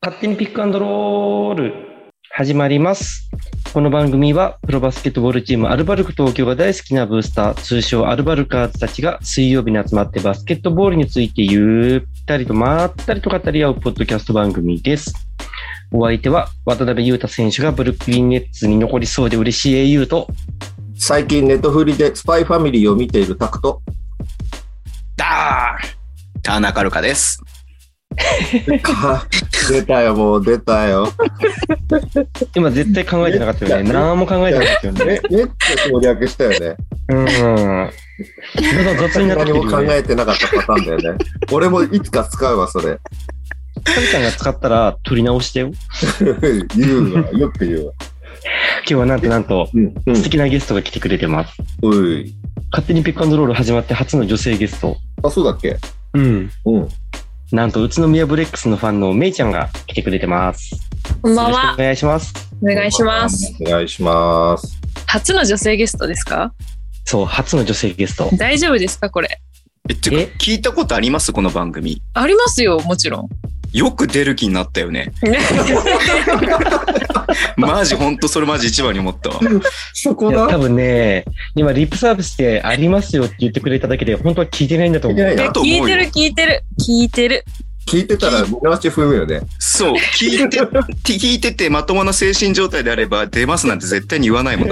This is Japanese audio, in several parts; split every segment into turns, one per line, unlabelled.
勝手にピックアンドロール始まります。この番組はプロバスケットボールチームアルバルク東京が大好きなブースター、通称アルバルカーズたちが水曜日に集まってバスケットボールについてゆったりとまったりと語り合うポッドキャスト番組です。お相手は渡辺裕太選手がブルックリンネッツに残りそうで嬉しい au と
最近ネットフリでスパイファミリーを見ているタクト。
だー田中ルカです。
か出たよ、もう出たよ。
今絶対考えてなかったよね。
いや
何も考えてなかったよ
ね
ね。
ネット攻略したよね。
うん。体が雑になってき
何
て
も
る
考
よね。
えてなかったパターンだよね。俺もいつか使うわ、それ。
カリちゃんが使ったら取り直してよ。今
言うわ、よく言うわ。
日はなんとなんと
うん、う
素敵なゲストが来てくれてます。
ん。おい。
勝手にピックアンドロール始まって初の女性ゲスト。
あ、そうだっけ
うん。
うん。
なんと宇都宮ブレックスのファンのめいちゃんが来てくれてます。
こんばん
よろし
は
く。お願いします。
お願いします。。
お願いします。
初の女性ゲストですか
そう、初の女性ゲスト。
大丈夫ですかこれ。
え、てか
え
聞いたことありますこの番組。
ありますよ、もちろん。
よく出る気になったよね。 マジ、ほんとそれマジ一番に思ったわ。
そ
い
こ
や多
だ。
分ね、今リップサービスでありますよって言ってくれただけで、本当は聞いてないんだと思
聞いうて。ない
だ
な
と思う
聞い
よ
てる、聞いてる、聞いてる。
聞いてたら見直し踏むよね。
そう、聞いて、聞いててまともな精神状態であれば出ますなんて絶対に言わないもん。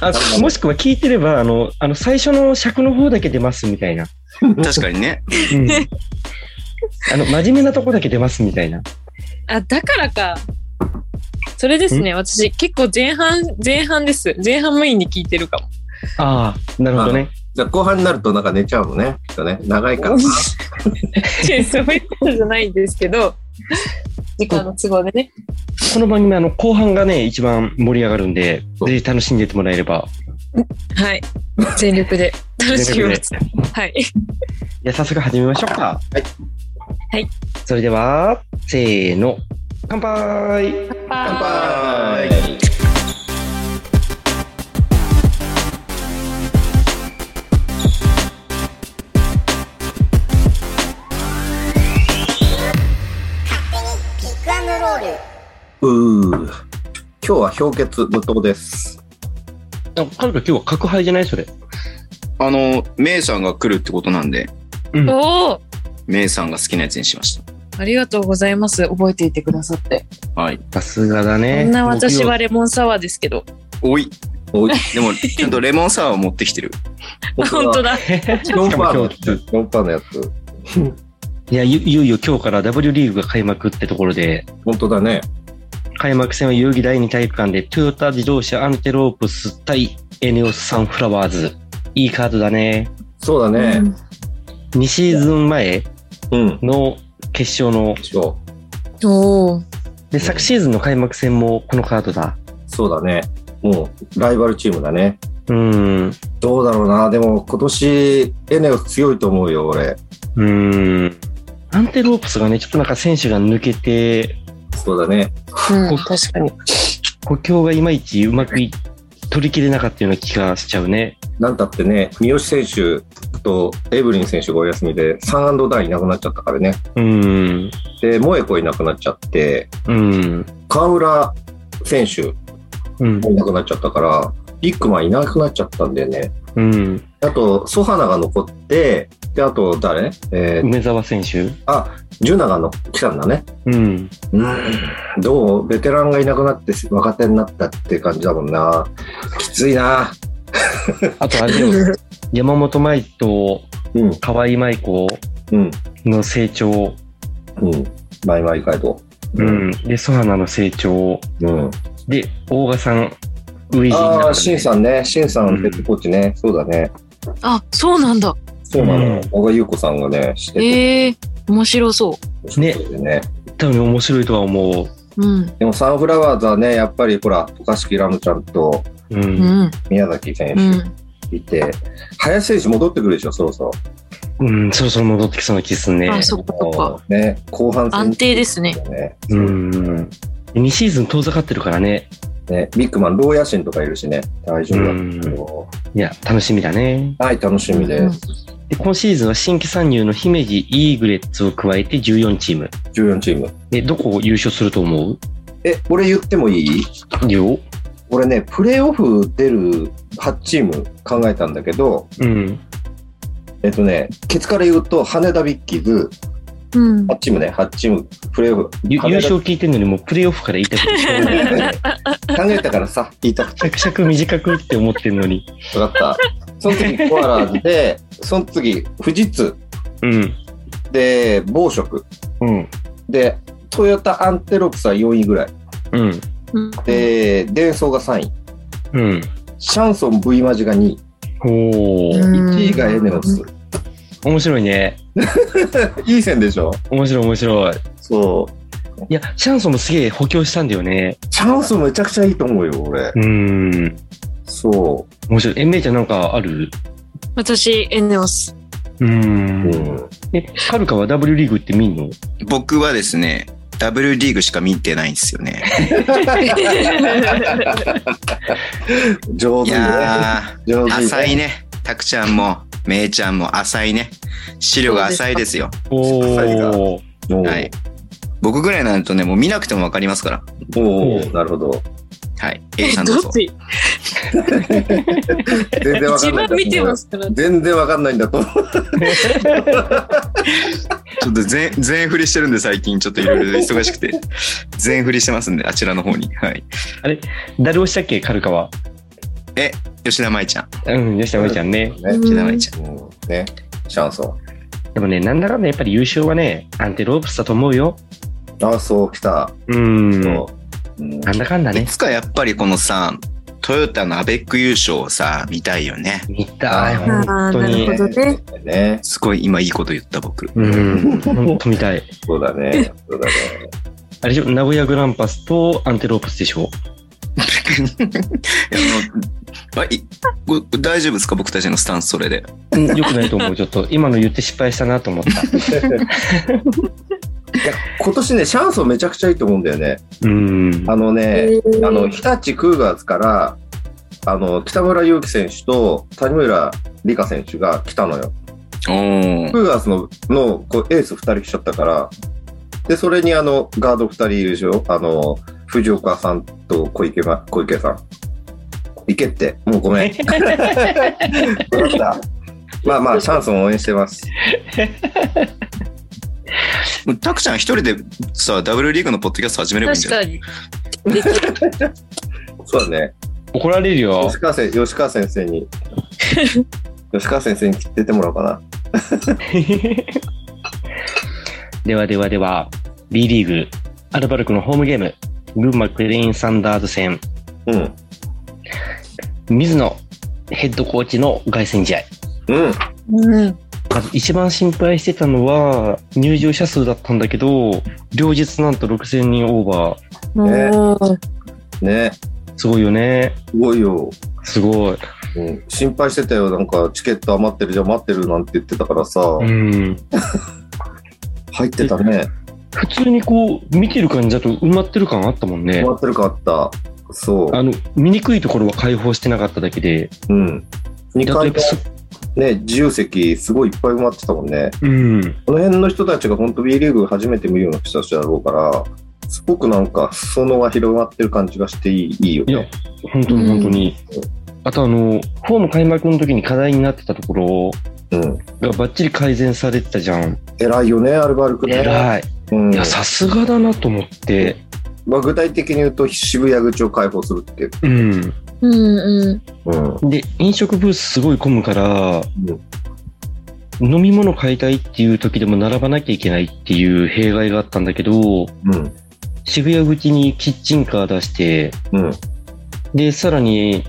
あもしくは聞いてれば、あの、あの最初の尺の方だけ出ますみたいな。
確かにね。
うん。 あの、真面目なとこだけ出ますみたいな。
あ、だからか。それですね、私結構前半、前半です。前半メインに聞いてるか も。
ああ、なるほどね。
じゃあ後半になるとなんか寝ちゃうのね。きっとね。長いから。
違うそういうことじゃないんですけど、時間の都合でね。
この番組、あの、後半がね、一番盛り上がるんで、
そう
ぜひ楽しんでってもらえれば。
はい。全力で楽しみま。
です
はい。
じゃあ早速始めましょうか。
はい。
はい。
それでは、せーの。乾杯
乾杯。
ピックアンドロール。
うー。今日は氷結無糖です。
あ、カルカ今日は角杯じゃないそれ。
あの、メイさんが来るってことなんで、
うん。
おお
メイさんが好きなやつにしまし
ありがとうございます。覚えていてくださって。
た。はい。
さすがだ
こ
ね。
んな私はレモンサワーですけど。
おい。
おい。
でも、ちゃんとレモンサワーを持ってきてる。
あ本当だ。
木曜。
4
しかも
パ
今
ーのや
日
つ。4パーのやつ。
いや、いいよいよ今日から W リーグが開幕ってところで、
本当だね。
開幕戦は代々木第二体育館で、トヨタ自動車アンテロープス対エネオスサンフラワーズ。いいカードだね。
そうだね。
2シーズン前
うん。
の決勝の、
そう。
おお。
で、昨シーズンの開幕戦もこのカードだ。
そうだね。もう、ライバルチームだね。
うん。
どうだろうな。でも、今年、エネオス強いと思うよ、俺。
うーん。アンテロープスがね、ちょっとなんか選手が抜けて、
そうだね。
うん、確かに。
補強がいまいちうまくい取り切れなかったような気がしちゃうね。
なんたってね、三好選手とエブリン選手がお休みで、サンダインいなくなっちゃったからね。
うーん。
で、萌子いなくなっちゃって、
うん。
河浦選手
うん。
もいなくなっちゃったから、ビッグマンいなくなっちゃったんだよね。
うん。
あと、ソハナが残って、で、あと誰、えー、
梅沢選手
あ、ジュナがの来たんだね。
うん。
うんどうベテランがいなくなって若手になったって感じだもんな。きついな。
あとあれだよ山本舞と
うん、
河合舞子
うん、
の成長。
うん。毎毎回と。
うん。。で、ソハナの成長。
うん。
で、大賀さん、初陣
ああ、シン
ね。
さんね。シンさ
うん
ん、ヘッドコーチね。そうだね。
あ、そうなんだ。
そうな
うん
の。小川優子さんがね、して
ええ面白そ
て、ね。
多分面白いとは思う。
う。うん。
でもサンフラワーズはね、やっぱりほら、渡嘉敷ラムちゃんと
う。
うんん。
宮崎選
うん。
手いて、林選手戻ってくるでしょ、そろそろ。
うん、そろそろ戻ってきそうな気すんね。
あ、そっかそっか。
ね、後半戦
安定ですね。
ね。
うん。2シーズン遠ざかってるからね。
ね、ビッグマン、ロー野心とかいるしね、大丈夫だと思う。
いや、楽しみだね。
はい、楽しみです。
で今シーズンは新規参入の姫路イーグレッツを加えて14チーム。
14チーム。
でどこを優勝すると思う
え、俺言ってもいい
よ。
俺ね、プレーオフ出る8チーム考えたんだけど、
うん。
えっとね、ケツから言うと、羽田ビッキーズ、
うん。
8チームね、8チーム、プレーオフ。
ゆ
羽
優
田
勝聞いてるのにもうプレイオフから言いたくて。
考えたからさ、言いたくて
シャクシャク短くって思ってるのに。
分かった。その次、コアラーズで、その次、富士通
うん。
で、暴食
うん。
で、トヨタアンテロプスは4位ぐらい。
うん。
うん、
で、デンソーが3位。
うん。
シャンソン V マジが2位。
おー。
1位がエネオス。
面白いね。
いい線でしょ
面白い面白い。
そう。
いや、シャンソンもすげえ補強したんだよね。
シャンソンめちゃくちゃいいと思うよ、俺。
うん。
そ
面白い。え、めいちゃんなんかある
私、エネオス。
う
う。
んえ、はるかは W リーグって見んの
僕はですね、W リーグしか見てないんですよね。
上手にね。上
いやー、
手に
浅い
ね。
ね。たくちゃんも、めいちゃんも浅いね。資料が浅いですよ。
おー。
おー
はい。僕ぐらいになるとね、もう見なくてもわかりますから。
おーなるほど。
はい。A さんどう
ど
ぞ
っ。ち
全然わか
一
んないん
番
だと思うよ。
見てますから。
全然わかんないんだと思う。
ちょっと全、全振りしてるんで最近ちょっといろいろ忙しくて、全振りしてますんで、あちらの方に。はい。
誰をしたっけはるかは。
吉田舞ちゃん。
うん、吉田めいちゃんね。
ね
吉田舞ちゃん。
うんね、シャンソ
でもね、なんだかんだやっぱり優勝はね、アンテロープスだと思うよ。
ン。あ、そう、来た。
うん。
そ
な
う。うん
んだかんだ
い
ね。
つかやっぱりこのさ、トヨタのアベック優勝をさ、見たいよね。
見たい、
あ
本
ー
当に
な。るほどね。
ね、
すごい今いいこと言った僕。
うん、本当見たい。
そうだね。そうだね。
あれでしょ、名古屋グランパスとアンテロープスでしょ。
いやあのあいご大丈夫ですか僕たちのスタンスそれで。
うんよくないと思う、ちょっと。今の言って失敗したなと思った。
いや今年ね、シャンソンめちゃくちゃいいと思うんだよね。
うん。
あのね、
ー
あの、日立クーガーズから、あの、北村祐希選手と谷村理香選手が来たのよ。
おー
クーガーズののこうエース2人来ちゃったから、で、それにあの、ガード2人いるでしょあの、藤岡さんと小池が、小池さん。池って、もう ごめん。わかったまあまあ、シャンソン応援してます。
もうタクちゃん一人でさ、W リーグのポッドキャスト始めればいいん
確
じゃない
かに。
そうだね。
怒られるよ
吉。川先吉川先 生に吉川先生に出てもらおうかな
ではではでは、B リーグ、アルバルクのホームゲーム、群馬クレインサンダーズ戦、
うん
水野ヘッドコーチの凱旋試合。
うん
うん。
まず一番心配してたのは、入場者数だったんだけど、両日なんと6000人オーバー。
ね
もう、
ね
すごいよね。
すごいよ、
すごい。
うん、心配してたよなんかチケット余ってるじゃん待ってるなんて言ってたからさ、
うん。
入ってたね
普通にこう、見てる感じだと埋まってる感あったもんね
埋。まってるかあったそう
あの、見にくいところは開放してなかっただけで。
うん2
だとや
階
っぱす
ね自由席すごいいっぱい埋まってたもんね
うん。
この辺の人たちが本当 B リーグ初めて見るような人たちだろうからすごくなんか裾野が広がってる感じがしていいいいよ
いや
ね、
本当に本当に。あとあの、フォーム開幕の時に課題になってたところ
うん
がバッチリ改善されてたじゃん。
偉いよねアルバルクね
偉い。
うん、
いや、さすがだなと思って。
まあ、具体的に言うと渋谷口を開放するっていう。
うん。
うんう
うん。
で、飲食ブースすごい混むから、飲み物買いたいっていう時でも並ばなきゃいけないっていう弊害があったんだけど、
うん。
渋谷口にキッチンカー出して、
うん。
で、さらに、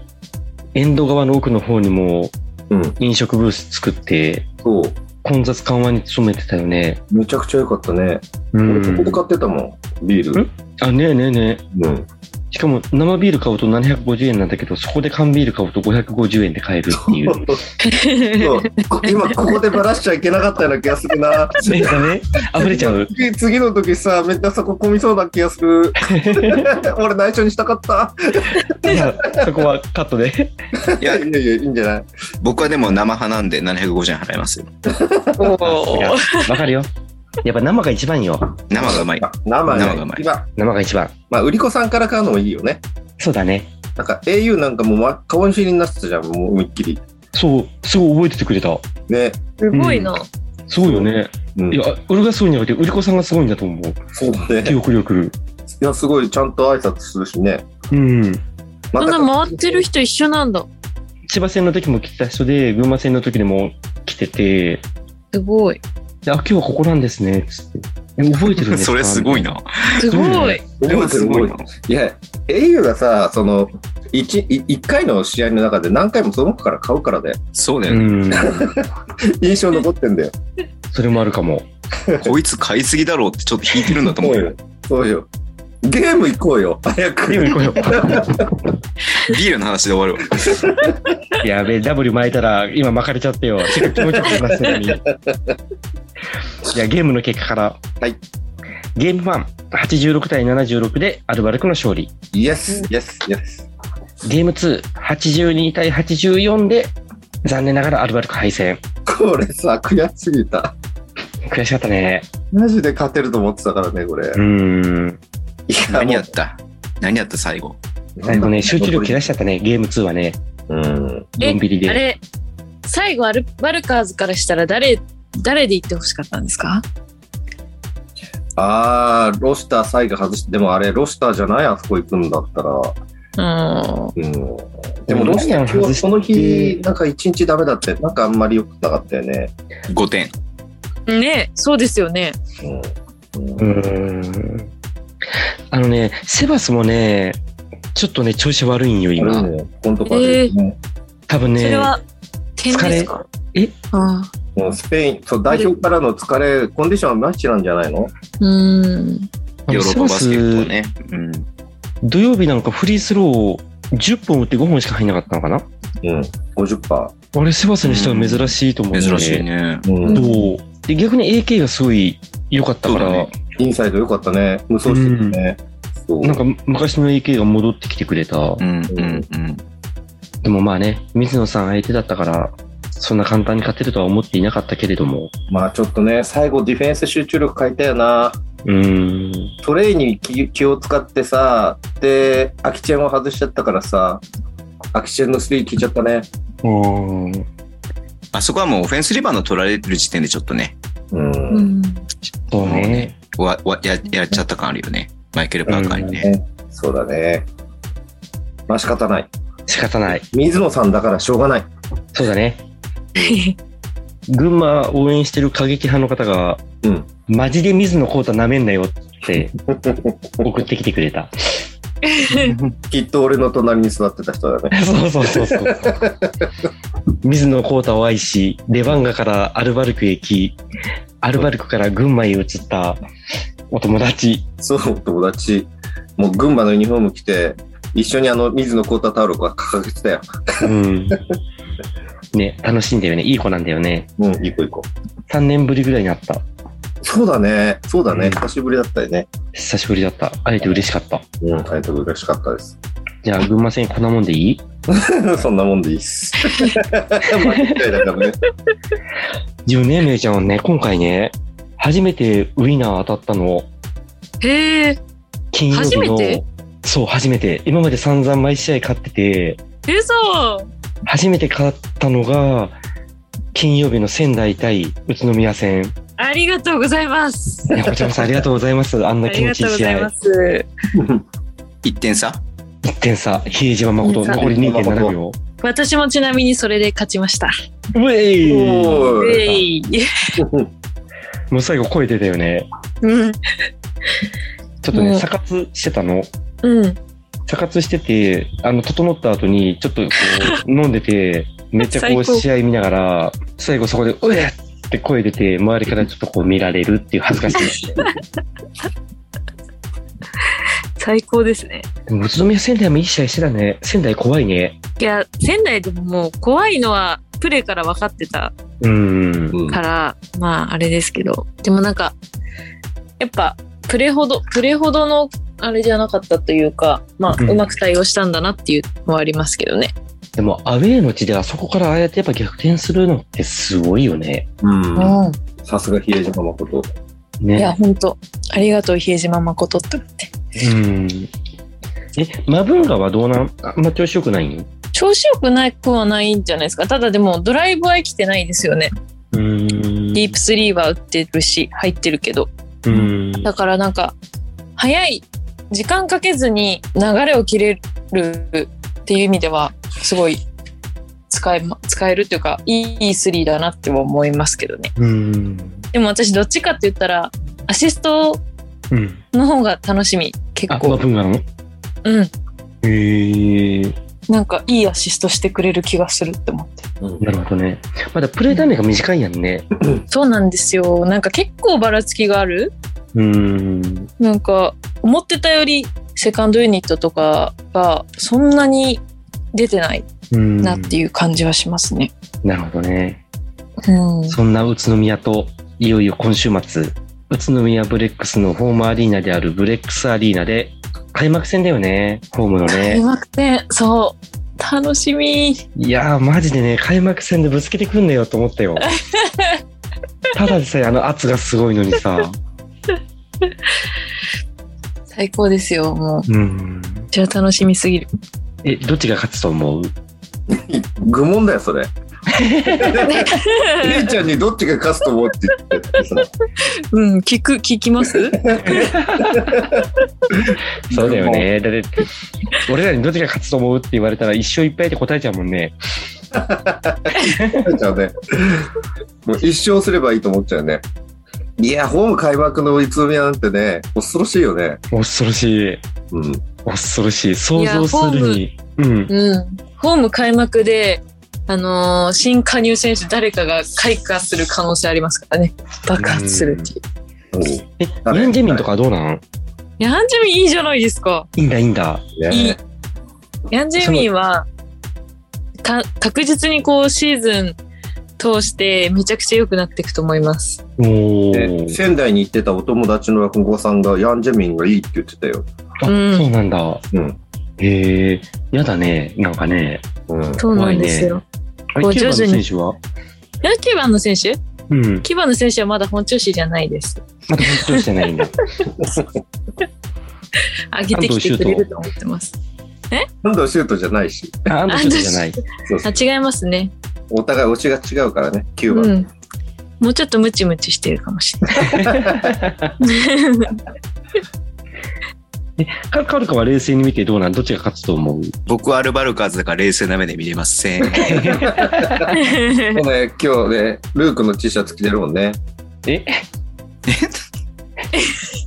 エンド側の奥の方にも
うん。
飲食ブース作って、
そう。
混雑緩和に努めてたよね。
めちゃくちゃ良かったね。
ううん
俺、ここで買ってたもん、ビール。
あ、ねえねえね
うん。
え。しかも、生ビール買うと750円なんだけど、そこで缶ビール買うと550円で買えるって いう。
そうこ今、ここでばらしちゃいけなかったような気がするな。
ね、ダ メ溢れちゃう。
次次の時さ、めっちゃそこ混みそうな気がす る。俺、内緒にしたかった。
いや、 そこはカットで。
いや
いやいや、いいんじゃない
僕はでも生派なんで750円払いますよ。
お
いや
ー
わかるよ。やっぱ生が一番よ。
生がうまい。
生
生がう
ね
まい。
今、
生が一番。
まあ、売り子さんから買うのもいいよね。
そうだね。
なんか au なんかもう、ま、顔知りになってたじゃん、もう思いっきり。
そう、すごい覚えててくれた。
ね。
すごいな。
すごいよね。
うん、
いや、俺がそうにゃなくて、売り子さんがすごいんだと思う。
そうね。
記
い
憶力。
や、すごい、ちゃんと挨拶するしね。
うん。
ま
あん
た
な回ってる人一緒なんだ。
千葉戦の時も来てた人で、群馬戦の時でも来てて、
すごい。
であ、今日はここなんですね、つって。え覚えてるん ですか
それすごい
な。
な。
すごい。
でもすごいな。
いや、au がさ、その、一い一回の試合の中で何回もその子から買うからだよ。
そうだ
う
よね。
ん。
印象残ってんだよ。
それもあるかも。
こいつ買いすぎだろうってちょっと引いてるんだと思 うよ。。
そうよ。ゲーム行こうよ。早く。
でも行 こうよ。
ビールの話で終わるわ。
やべえ、W 巻いたら、今巻かれちゃってよ。せっかく気持ちよく言いましたのに。じゃあ、ゲームの結果から。
はい。
ゲーム1、86対76でアルバルクの勝利。
イエス、イエス、イエス。
ゲーム2、82対84で、残念ながらアルバルク敗戦。
これさ、悔しすぎた。
悔しかったね。
マジで勝てると思ってたからね、これ。
うーん。
いや
何やった何やった最後。
最後ね、集中力切らしちゃったね、ゲーム2はね。
うん。
ドンビリ
あ
で。
れ、最後アルバルカーズからしたら誰、誰で行ってほしかったんですか
あー、ロスター最後外して、でもあれ、ロスターじゃないあそこ行くんだったら。
うーん。
うん。でもロスター今日その日、なんか一日ダメだって、なんかあんまり良くなかったよね。
5点。
ねそうですよね。
うん。
うーん。あのね、セバスもね、ちょっとね、調子悪いんよ、
あれ
今。
ね、このとこあれ、
えー
ね
多分ね。
それは、点ですか
疲れえ
あ
もうスペイン、そう代表からの疲れ、コンディションはマッチなんじゃないの
ーうーん。
あ
ヨ
の
ーロッ
セ
パ
バ
バ
ス
スケットね。うん。
土曜日なんかフリースローを10本打って5本しか入んなかったのかな
うん、50%。
あれ、セバスにしては珍しいと思うんだよ
珍しいね。
う
ど
ん、
うで逆に AK がすごい良かったから、
そうだね
インサイド良かったね。無双してるね。そう
なんか昔の AK が戻ってきてくれた。
うんうんうん。
でもまあね、水野さん相手だったから、そんな簡単に勝てるとは思っていなかったけれども。
まあちょっとね、最後ディフェンス集中力変えたよな。
うーん。
トレイに気気を使ってさ、で、アキチェンを外しちゃったからさ、アキチェンのスリー効いちゃったね。
あそこはもうオフェンスリバウンド取られてる時点でちょっとね、
うん。
うん。
そうね。
わわややっちゃった感あるよね。マイケル・パーカーにね。
ねそうだね。まあ仕方ない。
仕方ない。
水野さんだからしょうがない。
そうだね。群馬応援してる過激派の方が、
うん
マジで水野幸太舐めんなよって送ってきてくれた。
きっと俺の隣に座ってた人だね。
そうそうそうそう。水野幸太を愛し、レバンガからアルバルクへ行き、アルバルクから群馬へ移ったお友達。
そう、友達。もう群馬のユニフォーム着て、一緒にあの水野幸太タオルが掲げてたよ。
うん。ね、楽しいんだよね。いい子なんだよね。
うん、いい子いい子。
3年ぶりぐらいに会った。
そうだね。そうだ
う
ね。
ん
久しぶりだったよね。
久しぶりだった。会えて嬉しかった。
うん、タイトル嬉しかっ たです。
じゃあ、群馬戦こんなもんでいい
そんなもんでいいっ す。まあ一回だからね。
自分ね、めいちゃんはね、今回ね、初めてウィナー当たったの、
へえ。
金曜日の
初めて、
そう、初めて。今まで散々毎試合勝ってて、
え、そ
初めて勝ったのが、金曜日の仙台対宇都宮 戦。
ありがとうございます。
いやこちらこそありがとうございます。あん
あ
な気持
りが
ちいいう
とご
試
ざい
合
ま。す。
1点差
1点差、比江島誠、
比江島
残り2.7秒。
私もちなみにそれで勝ちました。
うえい
おー
えい。
もう最後声出たよね。
うん。
ちょっとね、
うん
サカツしてたの。
うん。
サカツしてて、あの、整った後 に、ちょっとこう、飲んでて、めっちゃこう
最高
試合見ながら、最後そこで、うえっって声出て、周りからちょっとこう見られるっていう恥ずかし い。
最高ですね。
でも宇都宮仙台もいい試合してたね。仙台怖いね。
いや、仙台でももう怖いのはプレーから分かってた
うん。
うん
から、まああれですけど、でもなんか、やっぱプレーほど、プレーほどのあれじゃなかったというか、まあ
うん
うまく対応したんだなっていうのはありますけどね。
でもアウェーの地であそこからああやってやっぱ逆転するのってすごいよね。
うん。さすが比江島誠。
ね。
いや、本当ありがとう、比江島誠って思って。
うん。え、マブンガはどうなんあんま調子良くないん
調子良くなくはないんじゃないですか。ただでも、ドライブは生きてないですよね。
うん。
ディープスリーは打ってるし、入ってるけど。
うん。
だからなんか、早い、時間かけずに流れを切れるっていう意味では、すごい使えま、使えるというか、いいスリーだなっては思いますけどね。
うん。
でも私、どっちかって言ったら、アシスト
うん。
の方が楽しみ。結
あ、マ
構。
ブンガの
うん。
へえ。
なんか、いいアシストしてくれる気がするって思って。
うん
なるほどね。まだプレイタイムが短いやんね。
そうなんですよ。なんか結構ばらつきがある。
うん。
なんか思ってたよりセカンドユニットとかがそんなに出てない
うん。
なっていう感じはしますね。
なるほどね。
うん。
そんな宇都宮といよいよ今週末、宇都宮ブレックスのホームアリーナであるブレックスアリーナで開幕戦だよね、ホームの
開
ね。
幕戦、そう。楽しみ。
いやー、マジでね、開幕戦でぶつけてくんだよと思った よ。ただでさえあの圧がすごいのにさ。
最高ですよ、もう。
うん。
じゃあ楽しみすぎる。
え、どっちが勝つと思う
愚問だよ、 それ。姉ちゃんにどっちが勝つと思うって言ってさ
うん、聞く、聞きます
そうだよね。だって、俺らにどっちが勝つと思うって言われたら一生いっぱいで答えちゃうもんね。
ちゃうね。もう一生すればいいと思っちゃうね。いや、ホーム開幕の宇都宮なんてね、恐ろしいよね。
恐ろしい。
うん。
恐ろしい。想像するに。うん。
うん。ホーム開幕で、あのー新加入選手誰かが開花する可能性ありますからね。爆発するっていう。
え、ヤンジェミンとかどうなん
ヤンジェミンいいじゃないですか。
いいんだ、いいんだ。
いい
ね。
ヤンジェミンは、か確実にこうシーズン通してめちゃくちゃ良くなっていくと思います。
お
で
ー
仙台に行ってたお友達の落語家さんがヤンジェミンがいいって言ってたよ。
あ、
うん
そうなんだ。
うん。
へえ、やだね、なんかね。
うん。
そうなんですよ。
あれ
こう
キューバの
徐々
選
に
手は
ヤキバの選手
うん。
キバの選手はまだ本調子じゃないです。
まだ緊張してないんだ。
上げてきてくれると思ってます。
今度はシュートじゃないし。
あ、安藤シュートじゃない。
そうそ
あ、
う
違いますね。
お互い推しが違うからね、9番。
うん。もうちょっとムチムチしてるかもしれない。
カカルカは冷静に見てどうなんどっちが勝つと 思う
僕はアルバルカーズだから冷静な目で見れ ません。
もうね、今日ね、ルークの T シャツ着てるもんね。
え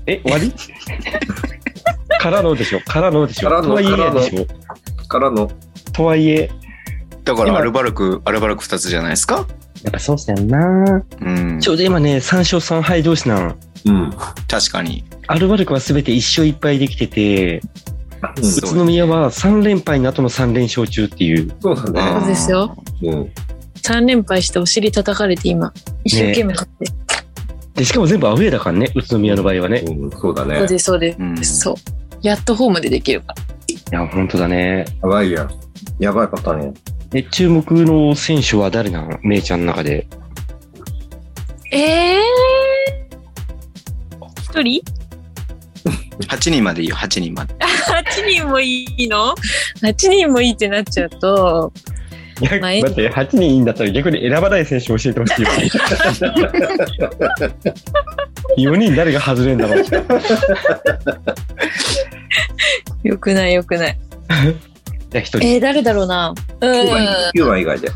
え、終わりからのでしょからのでしょ
からの
とはいえ
からの
でしょ
からの、
とはいえ。
だからアルバルク、アルバルク2つじゃないですか
やっぱそうっすよな
うん
ち。ょうど今ね、3勝3敗同士なん。
うん。
確かに。
アルバルクは全て1勝1敗できてて、宇
すごい
都宮は3連敗の後の3連勝中っていう。
そうだね。
そうですよ。
うん。
3連敗してお尻叩かれて今、一生懸命勝ってる。
で、しかも全部アウェーだからね、宇都宮の場合はね。い
うんそうだ
そう
ね。
です、そうです。
うん
そう。やっとホームでできるから。
や、本当だね。
やばいやん。やばいパターンやん。
え、注目の選手は誰なのめいちゃんの中で。
ええー。一人
8人までいいよ、8人まで。
?8 人もいいの ?8 人もいいってなっちゃうと、
いや、
まあえ
待って、8人いいんだったら逆に選ばない選手教えてほしいよ。4人誰が外れんだろう。
よくないよくない。
じゃあ1人。
えー、誰だろうな。うん。
9番九番以外で。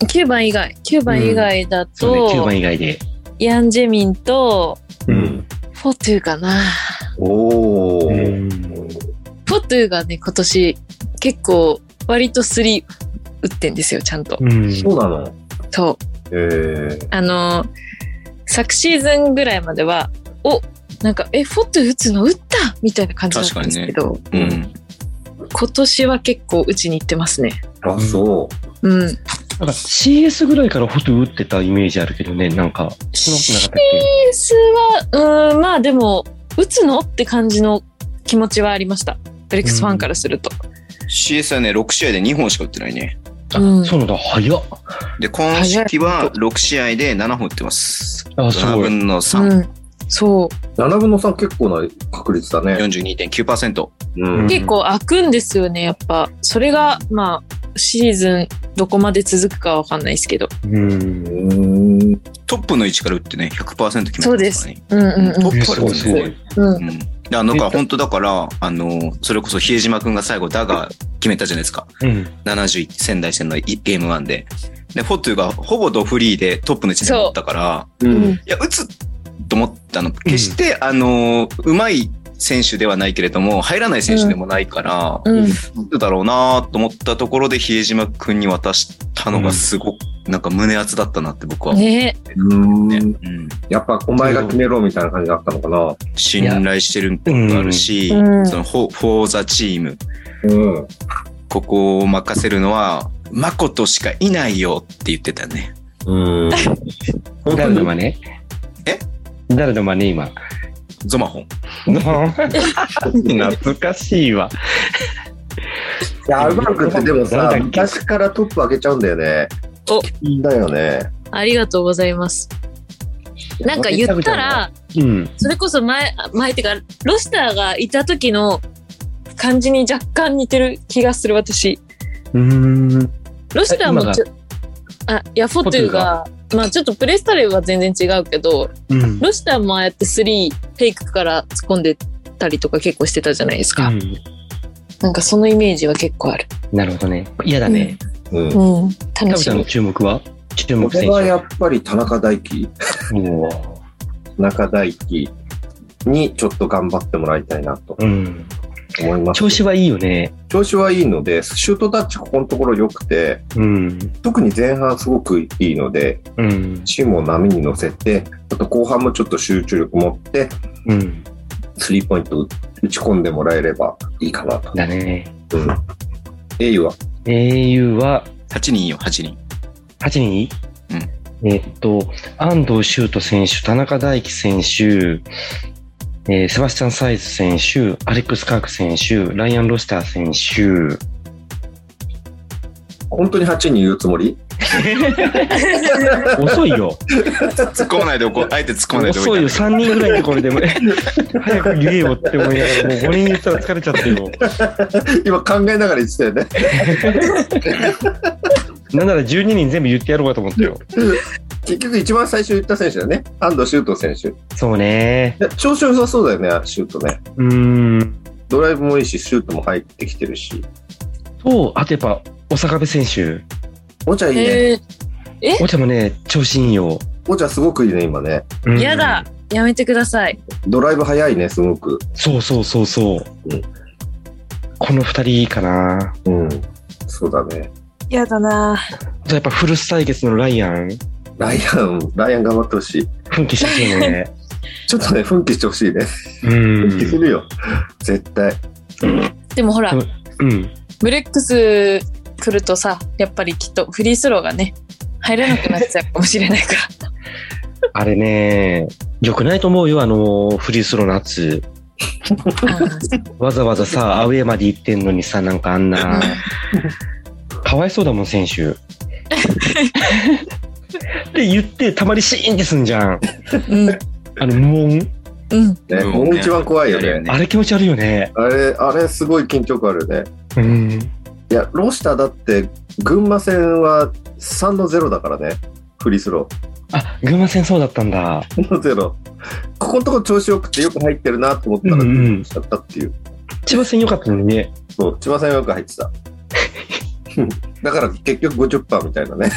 9番以外。9番以外だ
そうね、9
と、
番以外で。
ヤンジェミンと、
うん。
フォトゥかな。
おお。
フォトゥがね、今年、結構、割とスリー打ってんですよ、ちゃんと。
うん。
そうなの
そう。
ええー、
あの昨シーズンぐらいまではおなんかえフォット打つの打ったみたいな感じだったんですけど、
うん。
今年は結構打ちに行ってますね。
あ、そう。
うん、
なんか CS ぐらいからホット打ってたイメージあるけどね、なんか、そんなことなかったっけ
ペースはうんまあでも打つのって感じの気持ちはありましたブレックスファンからすると。
CS はね、6試合で2本しか打ってないね。
あ、
うん
そうなんだ、早っ。
で、今季は6試合で7本打ってます。
あ、す
7
ごい。
分の3、
うん、そう
7分の3結構な確率だね。
42.9%。
うん。
結構開くんですよねやっぱそれがまあシーズンどこまで続くかわかんないですけど
うん。
うん。
トップの位置から打ってね、100%決めてますから
そうです
ね。
うんうん
トッ
う
プから打つ
すごい
ね。
んう
うんん。であの、か本当だから、あの、それこそ比江島くんが最後、ダガー決めたじゃないですか。
うん。
71、仙台戦のいゲーム1で。で、フォトゥがほぼドフリーでトップの位置に持ったから、
う
うんん。
いや、打つと思ったの。決して、あの、うまい選手ではないけれども、入らない選手でもないから、
うん
どうだろうなと思ったところで、比江島くんに渡したのがすごく、なんか胸熱だったなって僕は思う
ね
う
ね。
ん。
うん
やっぱお前が決めろみたいな感じだったのかな。
信頼してるってことあるし、
いやうん
そのフォフォーザチーム、
うん。
ここを任せるのは、誠しかいないよって言ってたね。
うん。本当
誰の真
に
似
え
誰の真似今。
ゾマホン。
懐かしいわ。
いや、アルバルクってでもさ
なんだっ、け
昔からトップ開けちゃうんだよね。
お
だよね。
ありがとうございますなんか言ったら
うん。
それこそ前前ってかロスターがいた時の感じに若干似てる気がする私
うん。
ロスターもちょあいやフォトゥが
が
まあちょっとプレースタイルは全然違うけど
うん。
ロスターもああやって3フェイクから突っ込んでたりとか結構してたじゃないですか、なんかそのイメージは結構ある
なるほどね。嫌だね。
うん。
うん
田
楽
ち
し
ゃんの
み
注目は注目
僕
選
は
手
やっぱり田中大輝、
おー
田中大輝にちょっと頑張ってもらいたいなと
うん。
思います。
調子はいいよね。
調子はいいので、シュートタッチここのところ良くて、
うん。
特に前半すごくいいので、
うん。
チームを波に乗せて、あと後半もちょっと集中力持って、
うん。
スリーポイント打ち込んでもらえればいいかなと。
だね。
うん。英雄は、
英雄は
8人よ、8人。
8人えっと、安藤修斗選手、田中大輝選手、えーセバスチャン・サイズ選手、アレックス・カーク選手、ライアン・ロスター選手、
本当に8人言うつもり
遅いよ。
突っ込まないでおこう。あえて突っ込まないで お
遅い
い
よ。
た。
3人ぐらいのところでも、 早く言えよって思いながら、もう5人言ったら疲れちゃってよ。
今考えながら言ってたよね。
なんなら12人全部言ってやろうかと思ったよ。
結局一番最初言った選手だよね。安藤シュート選手。
そうね。
で調子良さそうだよね、シュートね。
うーん。
ドライブもいいし、シュートも入ってきてるし。
と、あとやっぱ、小坂部選手。
お茶いいね。
へえ
お茶もね、調子いいよ。
お茶すごくいいね、今ね。
うん
やだやめてください
ドライブ早いね、すごく。
そうそうそうそう
うん。
この二人かな。
うん。そうだね。
やだな
あとやっぱフルス対決のライアン、
ライアン、ライアン頑張ってほしい。
奮起してほしいよね。
ちょっとね、奮起してほしいね。
う
奮起す
ん。
るよ。絶対。
でもほら
でもうん。
ブレックス来るとさやっぱりきっとフリースローがね入らなくなっちゃうかもしれないから
あれね、良くないと思うよ、あの、フリースローの圧。わざわざさ、アウェーまで行ってんのにさ、なんかあんな、かわいそうだもん、選 手。って言って、たまにシーンってすんじゃん。
うん
あの、無音。
うん
ね、
うん
もう一番怖いよね。
あれ気持ち悪いよね。
あれ、あれ、すごい緊張感あるよね。
うん。
いや、ロシターだって、群馬戦は3の0だからね。フリースロ
あ、群馬戦そうだったんだ。
ー。3の0。ここのとこ調子よくてよく入ってるなと思ったら、
うんうん
しちゃったっていう。
千葉戦良かったのにね。
そう、千葉戦はよく入ってた。 だから結局50%みたいなね。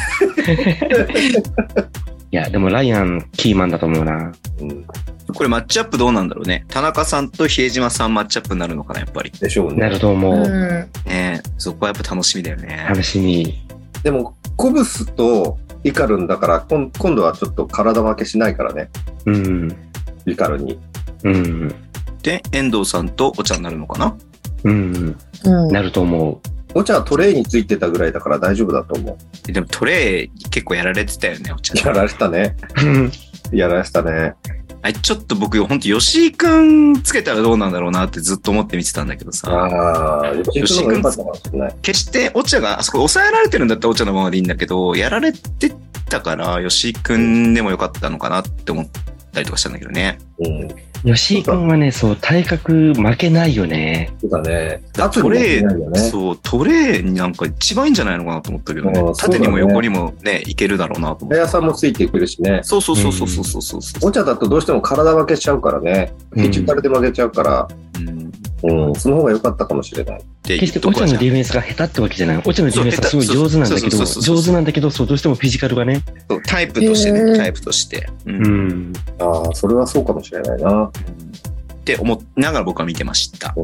いや、でもライアン、キーマンだと思うな。
うん、
これマッチアップどうなんだろうね。田中さんと比江島さんマッチアップになるのかな、やっぱり。
でしょうね。
なると思う。
うん
ねそこはやっぱ楽しみだよね。
楽しみ。
でも、コブスとイカルンだから、今今度はちょっと体負けしないからね、
うん。
イカルンに。
うん。
で、遠藤さんとお茶になるのかな
うん。
うん
なると思
お茶はトレイについてたぐらいだから大丈夫だと思う。
でもトレイ結構やられてたよね、お茶。
やられたね。
う。
やられたね。
あちょっと僕、ほんと吉井くんつけたらどうなんだろうなってずっと思って見てたんだけどさ。
ああ、吉井君の方が良かったかもしれない。
決してお茶が、あそこ抑えられてるんだったらお茶のままでいいんだけど、やられてたから吉井くんでもよかったのかなって思ったりとかしたんだけどね。
うん。
吉井君はね、そう、体格負けないよね。
そうだね。
ト
後に
レイ、
ないよね。
そう、トレイになんか一番いいんじゃないのかなと思ったけどね
あ。あそうだね
縦にも横にもね、いけるだろうなと思っ
早
て。
さもついてくるしね。
そうそうそうそうそうそうそう
お茶だとどうしても体負けしちゃうからね。
うん
一打たれて負けちゃうから、
うん。
うん、その方が良かったかもしれない。
で
決してオチャのディフェンスが下手ってわけじゃない。オチャのディフェンスはすごい上手なんだけ
そ
ど、
うそうそうそう
上手なんだけど、そう、どうしてもフィジカルがね。
そうタイプとしてね、
へー
タイプとして。うん
うん。
ああ、それはそうかもしれないな。
って思いながら僕は見てました。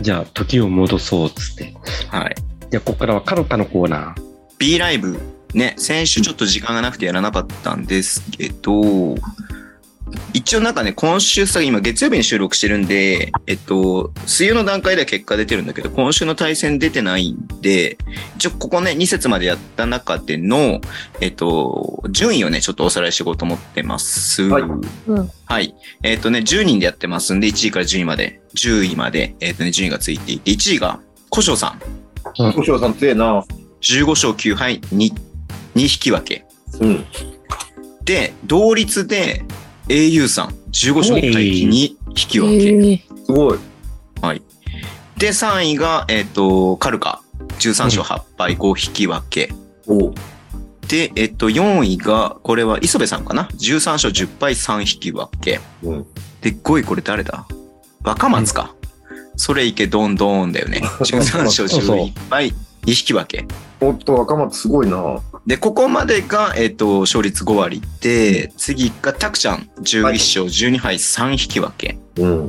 じゃあ、時を戻そうっつって。
はい。
じゃあ、ここからはカロカのコーナ
B ライブ、ね、先週ちょっと時間がなくてやらなかったんですけど、一応なんかね、今週さ、今月曜日に収録してるんで、えっと、水曜の段階では結果出てるんだけど、今週の対戦出てないんで、一応ここね、2節までやった中での、えっと、順位をね、ちょっとおさらいしようと思ってます。
はい
うん
はい。えっ、とね、10人でやってますんで、1位から10位まで、10位まで、えっ、とね、順位がついていて、1位が、古生さん、
小翔さん強えな。
15勝9敗2、2引き分け。
うん。
で、同率で、au さん、15勝1敗2引き分け。
え
すごい。
で、3位が、えっ、と、カルカ、13勝8敗5引き分け。
おう
で、えっ、と、4位が、これは磯部さんかな ?13 勝10敗3引き分け。
うん。
で、5位これ誰だ若松か。それいけどんどんだ よね。13勝
そうそう
11敗、2匹分け。
おっと、若松すごいな。
で、ここまでが、えっ、と、勝率5割で、次がたくちゃん、11
はい
勝12敗3匹分け。
うん。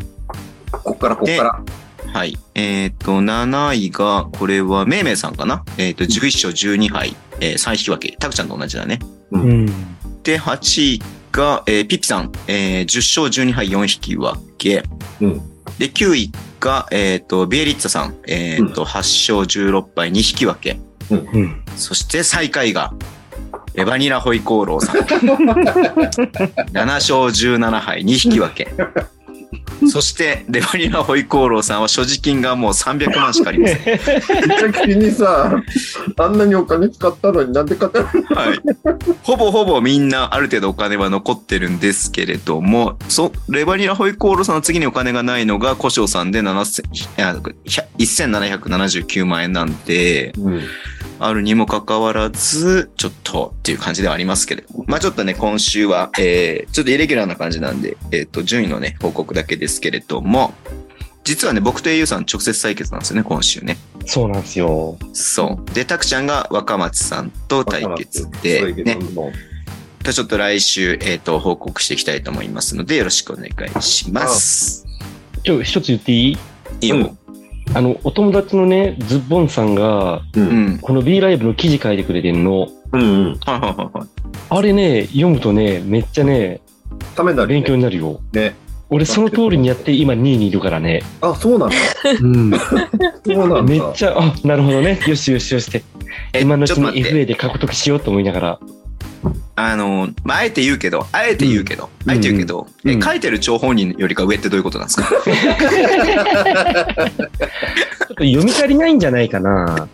こっからこっから。
はい。えっ、と、7位が、これは、めいめいさんかなえっ、と、11勝12敗、えー3匹分け。たくちゃんと同じだね。
ー。うん。
で、8位が、えーピッピさん、えー10勝12敗4匹分け。
うん
で、9位が、えっ、と、ビエリッツァさん、えっ、と、8勝16敗2匹分け。
うん。
そして最下位が、エバニラホイコーローさん。7勝17敗2匹分け。そして、レバニラホイコーローさんは所持金がもう300万しかありません。
めちゃにさ、 あんなにお金使ったのになんで買ったの
はい、ほぼほぼみんなある程度お金は残ってるんですけれどもそレバニラホイコーローさんの次にお金がないのが古生さんで7000あ100 1779万円なんで
うん。
あるにもかかわらずちょっとっていう感じではありますけれどもまあちょっとね今週は、えーちょっとイレギュラーな感じなんで、えー、と順位のね報告だけですけれども実はね僕と au さん直接対決なんですよね今週ね。
そうなんですよ。
そう。で、たくちゃんが若松さんと対決で、ね。ちょっと来週、えっ、と、報告していきたいと思いますので、よろしくお願いします。
ちょ、一つ言っていい
いいよ。
あの、お友達のね、ズッボンさんが、
う。
うんん。
この B ライブの記事書いてくれてんの。
うんうん。
はいはいはいはい。
あれね、読むとね、めっちゃね、
ためになる
勉
よ
強
ね。
になるよ。
ね。
俺、その通りにやって、今2位にいるからね。
あ、そうなの
うん。
そうなんだ。
めっちゃ、あ、なるほどね。よしよしよしって。
え、
今のう
ちょ
ち
っと
に
待って。
FA で獲得しようと思いながら。
あの、まあ、あえて言うけど、あえて言うけど、
うん
あえて言うけど、
うん
え
うん
書いてる張本人よりか上ってどういうことなんですか
ちょっと読み足りないんじゃないかな。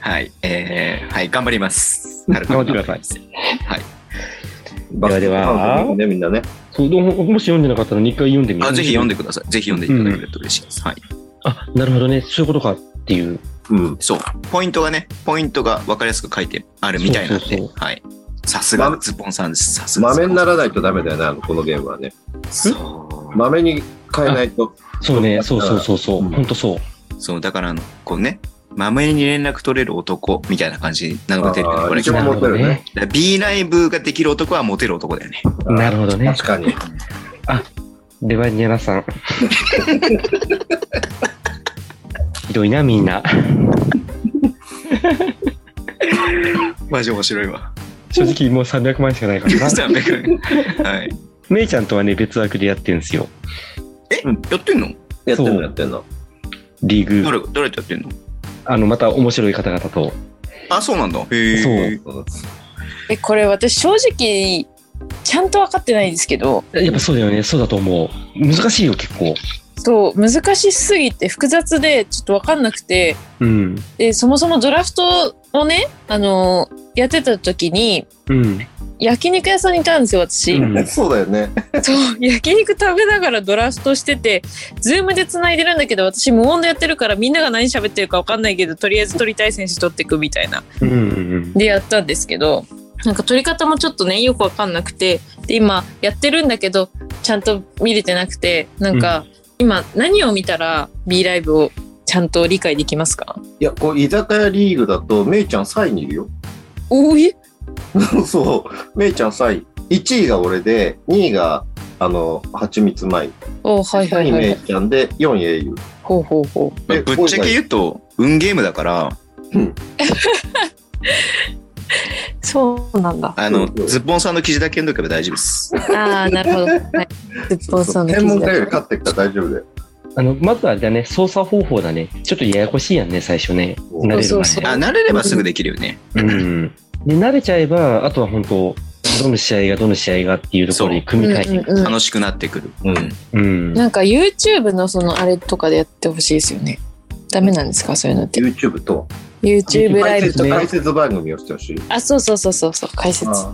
はい。えー、はい、頑張り ます。頑
張ってください
はい。
バスケ
ではでは
ファンもね、みんなね。
そう、でももし読んでなかったら2回読んでみよう
あ、ぜひ読んでください。ぜひ読んでいただけると嬉しいです。はい。
あ、なるほどね。そういうことかっていう。
うん。
そう。ポイントがね、ポイントが分かりやすく書いてあるみたいなん
そう
で
そう、
はい。さすが
ま
ズボンさんです。さすが。
豆にならないとダメだよね、あのこのゲームはね。
そう。
豆に変えないと。
そうね。そうそうそうそう。
うん
ほんとそう。
そう、だからあの、こうね、豆に連絡取れる男みたいな感じなのが出てるよね
あー
これ。
一応
だ
な
か
る
モ
ほど
テるね
ね。
ら B ライブができる男はモテる男だよね。
なるほどね
確。かに。
レバニラさん。 ひどいな、みんな。
マジ面白いわ。
正直もう300万しかないからな。
300円。はい。
めいちゃんとはね、別枠でやってるんですよ。
え、やってんの
やってん
そう
のやってんの。
リーグ。
誰、誰とやってんの
あの、また面白い方々と。
あ、そうなんだ。へえ。
そう
うん
えこれ私正直ちゃんと分かってないですけど
やっぱそうだよね。そうだと思う。難しいよ、結構。
そう難しすぎて複雑でちょっと分かんなくて
うん。
でそもそもドラフトをねあのやってた時に
うん。
焼肉屋さんにいたんですよ私、
うん
そうだよね。
そう焼肉食べながらドラフトしててズームでつないでるんだけど私無音でやってるからみんなが何喋ってるか分かんないけどとりあえず取りたい選手取ってくみたいな
うんうん。
でやったんですけどなんか取り方もちょっとねよくわかんなくてで今やってるんだけどちゃんと見れてなくてなんか、今何を見たら B ライブをちゃんと理解できますか
いや、こう、居酒屋リーグだと、めいちゃん3位にいるよ。
おい
そう。めいちゃん3位。1位が俺で、2位が、あの、蜂蜜舞。
おはいは
3
い
位
は
めい
い
ちゃんで、4位英雄。
ほうほうほ
まあ
え
ぶっちゃけ言うと、運ゲームだから、
うそうなんだ
あの、ズッポンさんの記事だけ読んどけば大丈夫です。
ああなるほどはい鉄
そう
砲
そ
さ
うん
の
専
記
門
事
家より
だ
勝ってっから大丈夫だよ。
あの、まずあれだね、操作方法だね。ちょっとややこしいやんね、最初ね。慣れる
そうそう
前
そ
ね
う。
あ、慣れればすぐできるよね。
うん。で、慣れちゃえば、あとは本当どの試合がどの試合がっていうところに組み替えていく。
うんうんうん
楽しくなってくる。
うん。
うん。
なんか YouTube のそのあれとかでやってほしいですよねダメなんですかそういうのって
YouTube と、
YouTube ラ
解
イブ
説
とか
解説番組をしてほしい。
あそうそうそうそうそう解説
あ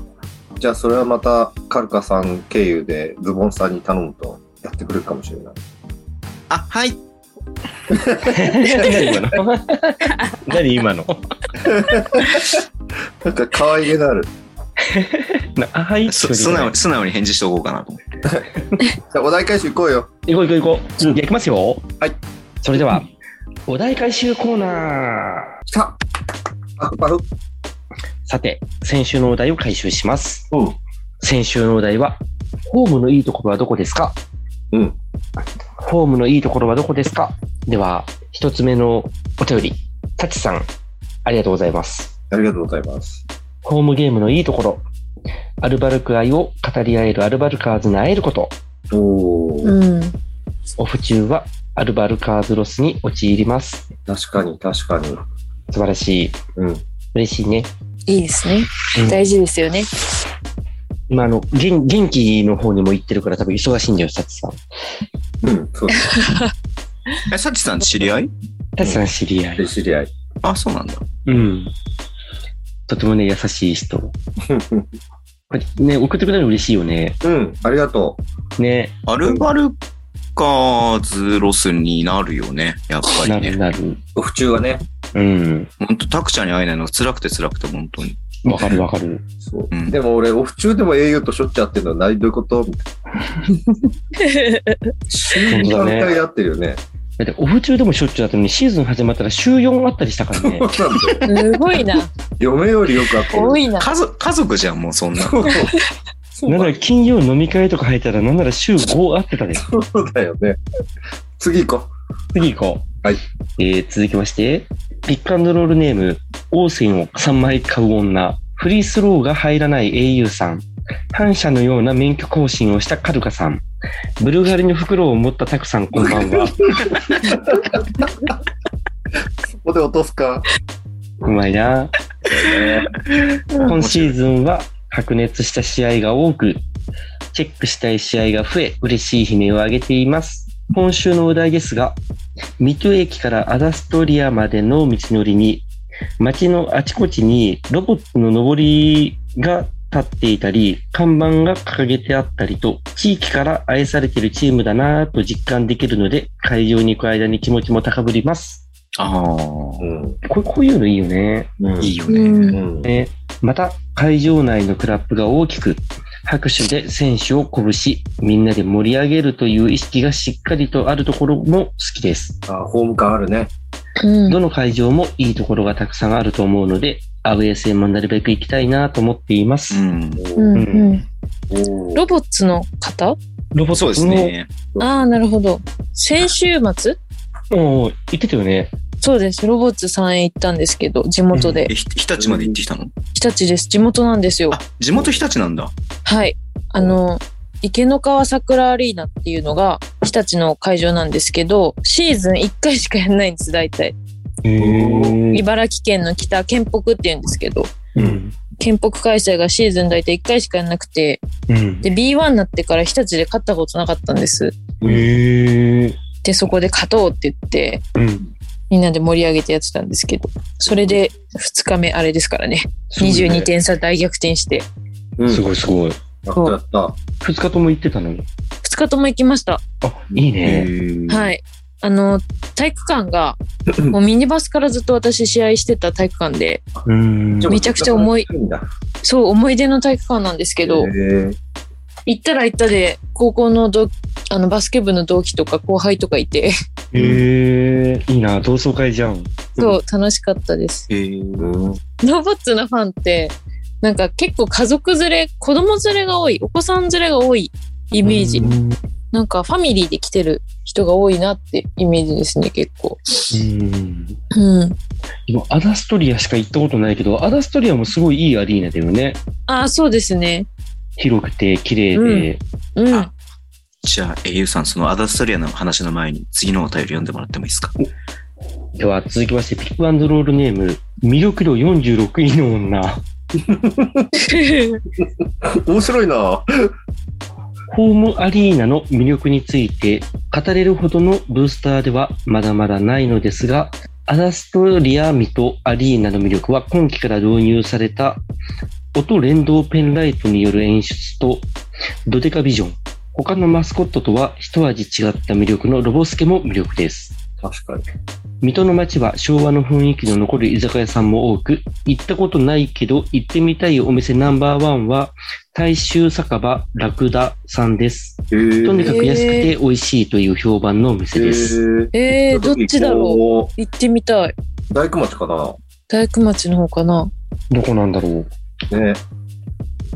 あじゃあ、それはまた、カルカさん経由で、ズボンさんに頼むと、やってくれるかもしれない。
あ、はい。
何今の何今の
なんか、可愛げのある。
なあはい。
そ素直に素直に返事しておこうかなと思って。
じゃあ、お題回収行こうよ。
行こう行こう行こう。
う
い
ん
や行きますよ。
はい。
それでは、お題回収コーナー。
来たパフパフ。
さて、先週のお題を回収します。
うん。
先週のお題は、ホームのいいところはどこですか
うん。
ホームのいいところはどこですかでは、一つ目のお便り、タチさん、ありがとうございます。
ありがとうございます。
ホームゲームのいいところ。アルバルク愛を語り合えるアルバルカーズに会えること。
おお、
うん
オフ中はアルバルカーズロスに陥ります。
確かに、確かに。
素晴らしい。
うん。
嬉しいね。
いいですね
うん。
大事ですよね。
今、あの、元元気の方にも行ってるから多分忙しいんだよ、タチさん。
うん、そうで
え、サチさん知り合い
タチさん知り合い。
す。知り合い。
あ、そうなんだ。
うん。とてもね、優しい人。これね、送ってくれるの嬉しいよね。
うん、ありがと
ね、
アルバルカーズロスになるよね。やっぱ
な
り
る
ね。
なる。
う。府中はね。
うん。
ほんと、タクちゃんに会えないのが辛くて辛くて、本当に。
わかるわかる。
そう。
うん
でも俺、オフ中でも英雄としょっちゅう会ってるのは何どういうことみたいな。週
当だ
段
ね
階で会ってるよね。
だって、オフ中でもしょっちゅうだったのに、シーズン始まったら週4あったりしたからね
そう。なんだよ。
すごいな。
嫁よりよく会ってる。
多いな。
家族、家族じゃん、もうそんな。
そう
なんなら金曜飲み会とか入ったら、なんなら週5あってたね。
そうだよね。次行こ
次行こう。
はい。
えー、続きまして、ピックアンドロールネーム、オーセンを3枚買う女、フリースローが入らない au さん、反射のような免許更新をしたカルカさん、ブルガリの袋を持ったタクさんこんばん は。
う。ここで落とすか。
うまいな。今シーズンは白熱した試合が多く、チェックしたい試合が増え、嬉しい悲鳴を上げています。今週のお題ですが、水戸駅からアダストリアまでの道のりに、街のあちこちにロボットの上りが立っていたり、看板が掲げてあったりと、地域から愛されているチームだなぁと実感できるので、会場に行く間に気持ちも高ぶります。
あ
うん。
これこういうのいいよね。
う
あ、
ん
いいよ
う。
ね。
うんん。
えーまた、会場内のクラップが大きく、拍手で選手を鼓舞し、みんなで盛り上げるという意識がしっかりとあるところも好きです。
あ、ホーム感あるね。
うん
どの会場もいいところがたくさんあると思うので、アウェー戦もなるべく行きたいなと思っていま
う
す。
ん。
うん
う
うん
お
ロボッツの方
ロボ
そうですね。
ああ、なるほど。先週末
おー言ってたよね。
そうです。ロボッツさんへ行ったんですけど、地元で
え、。ひ日立まで行ってきたの
日立です。地元なんですよ
あ。、地元日立なんだ。。
はい。あの、池の川桜アリーナっていうのが、日立の会場なんですけど、シーズン1回しかやんないんです、大体。
へ
茨城県の北、県北って言うんですけど、
うん。
県北開催がシーズン大体1回しかやんなくて、
うん。
で、B1 になってから日立で勝ったことなかったんです。
へえ。
で、そこで勝とうって言って、
うん。
みんなで盛り上げてやってたんですけど、それで2日目あれですからね、
そうね
22点差大逆転して、
うん
すごいすごい。
やったやった。
二日とも行ってたのに。
2日とも行きました。
あ、いいね。
はいい。あの、体育 館が、もうミニバスからずっと私試合してた体育館で、
うん。
めちゃくちゃ重い
んだ。
そう思い出の体育館なんですけど
へ、ー
行ったら行ったで、高校の同あのバスケ部の同期とか後輩とかいて、
へえ。いいな。同窓会じゃん。
そう、楽しかったです。
えー、
うん
ロボッツのファンって、なんか結構家族連れ、子供連れが多い、お子さん連れが多いイメージ。
うん。
なんかファミリーで来てる人が多いなってイメージですね、結構。
うん
うん。
今、アダストリアしか行ったことないけど、アダストリアもすごいいいアリーナだよね。
ああ、そうですね。
広くて、綺麗で。
うん。
あじゃあ、えゆうさん、そのアダストリアの話の前に、次のお便り読んでもらってもいいですか
では、続きまして、ピックアンドロールネーム、魅力度46位の女。
面白いな。
ホームアリーナの魅力について語れるほどのブースターではまだまだないのですが、アダストリアミとアリーナの魅力は今期から導入された音連動ペンライトによる演出とドデカビジョン、他のマスコットとは一味違った魅力のロボスケも魅力です。
確かに。
水戸の街は昭和の雰囲気の残る居酒屋さんも多く、行ったことないけど行ってみたいお店ナンバーワンは大衆酒場ラクダさんです。
えー
とにかく安くて美味しいという評判のお店です。
え
えー、どっちだろ
ろ
う行ってみたい。
う大工町かな
大工町の方かな
どこなんだろ
ね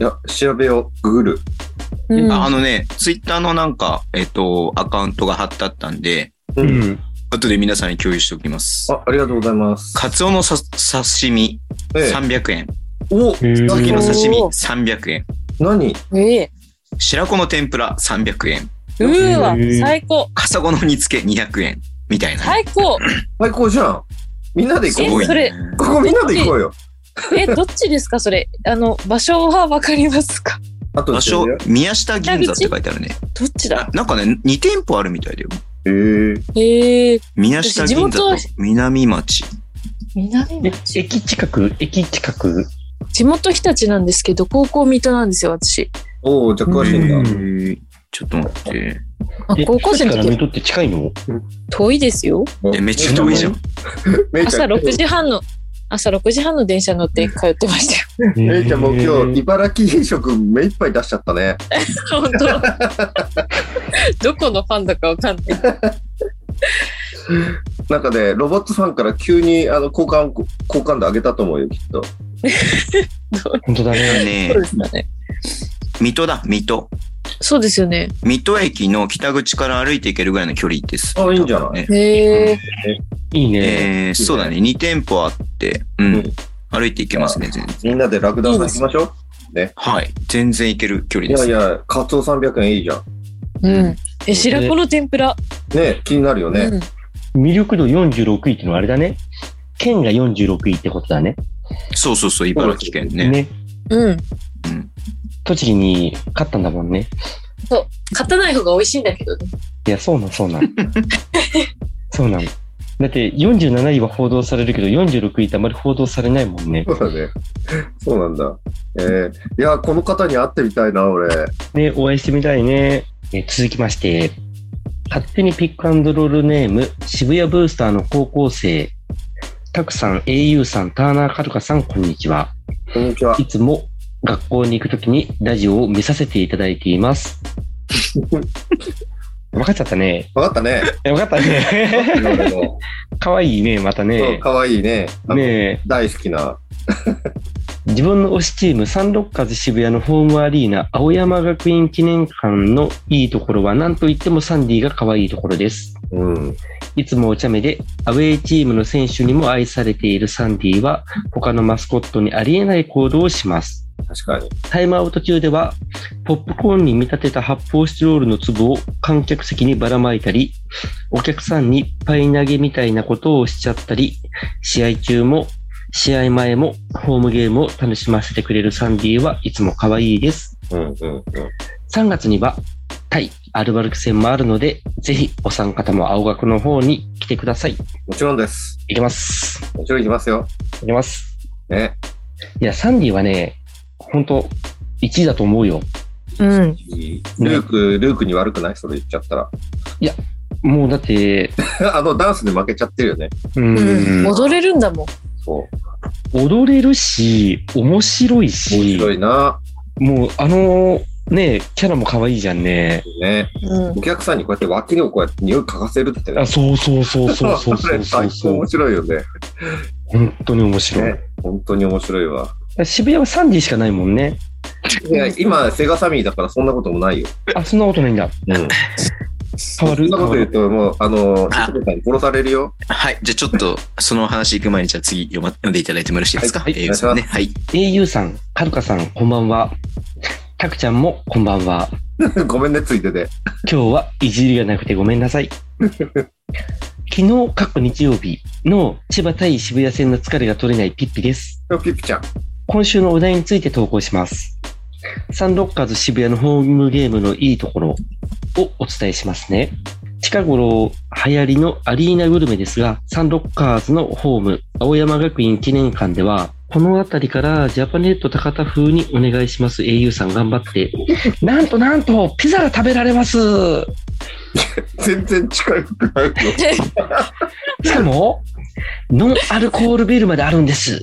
いや、調べよう。ググる。
うん、
ああのね、ツイッターのなんか、えっ、と、アカウントが貼ってあったんで、
う。。
うん
後で皆さんに共有しておきます。
あ、ありがとうございます。
カツオのさ刺身
ええ
300円。
お
ー
牡蠣の刺身
お
300円。
何
え
白子の天ぷら300円。
えうーわ
えー、
最高、
カサゴの煮付け200円。みたいな。
最高。
最高じゃん。みんなで行
す
こう
ごい、ね。
よ。ここみんなで行こうよ。
え、どっちですか、それ。あの、場所はわかりますか
あと
場
で
所
調べよ、
宮下銀座って書いてあるね。
どっちだ
なんかね、2店舗あるみたいだよ。
う。ええ
えー、
宮下銀座と
私
南町。
南
え
町。
駅近く、駅近く。
地元日立なんですけど、高校水戸なんですよ、私。
おお、じゃあ詳しいんだ。
うん
ちょっと待って。
あ
え、
高校生
日立
の
から水
時
戸って近いの
遠いですよ。
え、めっちゃ遠いじゃん。。
めいち
朝
ゃん、
6時半の、朝6時半の電車乗って通ってま したよ。
めいちゃんもう今日、
へー
茨城飲食目いっぱい出しちゃったね。
本当どこのファンだかわかんない。
なんかね、ロボットファンから急にあの好感、好感度上げたと思うよ、きっと。
本当だね。
ね
すよね。
水戸だ、水戸。
そうですよね。
水戸駅の北口から歩いていけるぐらいの距離です。
あいいんじゃない
ね
へえ。
いいね。
えー、そうだね、2店舗あって、う
うんん、
歩いていけますね、全然。
みんなでラクダさん行きましょう。
はい、全然いける距離
い
で
や
す。
いや、カツオ300円いいじゃん。
うん。え、白子の天ぷら。
ね気になるよね。
うん。
魅力度46位ってのはあれだね。県が46位ってことだね。
そうそうそう、茨城県ね。
うん。
うん、
栃木に勝ったんだもんね。
勝たない方が美味しいんだけどね。
いや、そうなん、そう なん。そうなん。だって47位は報道されるけど、46位ってあまり報道されないもんね
そ。うだね。そうなんだ。えー、いや、この方に会ってみたいな、俺。
ね、お会いしてみたいね。えー続きまして、勝手にピックアンドロールネーム、渋谷ブースターの高校生、たくさん、au さん、ターナーカルカさん、こんにちは。
こんにちは。
いつも学校に行くときにラジオを見させていただいてい ます。分かっちゃったね。
わかったね。
分かったね。
俺の
可愛いね、また
そう
ね。
かわいいね。あの
ねえ。
大好きな。
自分の推しチームサンロッカーズ渋谷のホームアリーナ青山学院記念館のいいところは何といってもサンディが可愛いところです。
うん。
いつもお茶目で、アウェイチームの選手にも愛されているサンディは、他のマスコットにありえない行動をします。
確かに。
タイムアウト中では、ポップコーンに見立てた発泡スチロールの粒を観客席にばらまいたり、お客さんにパイ投げみたいなことをしちゃったり、試合中も、試合前も、ホームゲームを楽しませてくれるサンディはいつも可愛いです。
うんうんうん。
3月には、対アルバルク戦もあるので、ぜひお三方も青学の方に来てください。
もちろんです。
いきます。
もちろん行きますよ。
いきます。
ね。
いや、サンディはね、本当1位だと思うよ。
うん。
いいルーク、ルークに悪くないそれ言っちゃったら。
もうだって、
あの、ダンスで負けちゃってるよね。
うん
うん、踊れるんだもん。
そう。
踊れるし、面白いし、
面白いな。
もうあのね、キャラも可愛いじゃんね。
ね。
うん
お。客さんにこうやって脇にこうやって匂い嗅がせるって
あ
ね。
そうそうそうそうそう
そ
そ
れ
う
最高面白いよね。
本当に面白い。
ね。本当に面白いわ。
渋谷はサンディしかないもんね。
いや、今、セガサミーだからそんなこともないよ。
あ、そんなことないんだ。
うん。
変わ
そん
る。
なこと言うと、もう、あの、
あ
シコさんに殺されるよ。
はい。じゃあちょっと、その話行く前に、じゃあ次読,、ま、読んでいただいてもよろしいですか。
はい
えーそうね。はい。
au さん、はるかさん、こんばんは。たくちゃんも、こんばんは。
ごめんね、ついてて。
今日はいじりがなくてごめんな さい。昨日、過去日曜日の千葉対渋谷戦の疲れが取れないピッピです。
ピッピちゃん。
今週のお題について投稿します。サンロッカーズ渋谷のホームゲームのいいところをお伝えしますね。近頃流行りのアリーナグルメですが、サンロッカーズのホーム、青山学院記念館では、この辺りからジャパネット高田風にお願いします au さん頑張って。なんとなんと、ピザが食べられます。
全然近くないよ。
しかも、ノンアルコールビールまであるんです。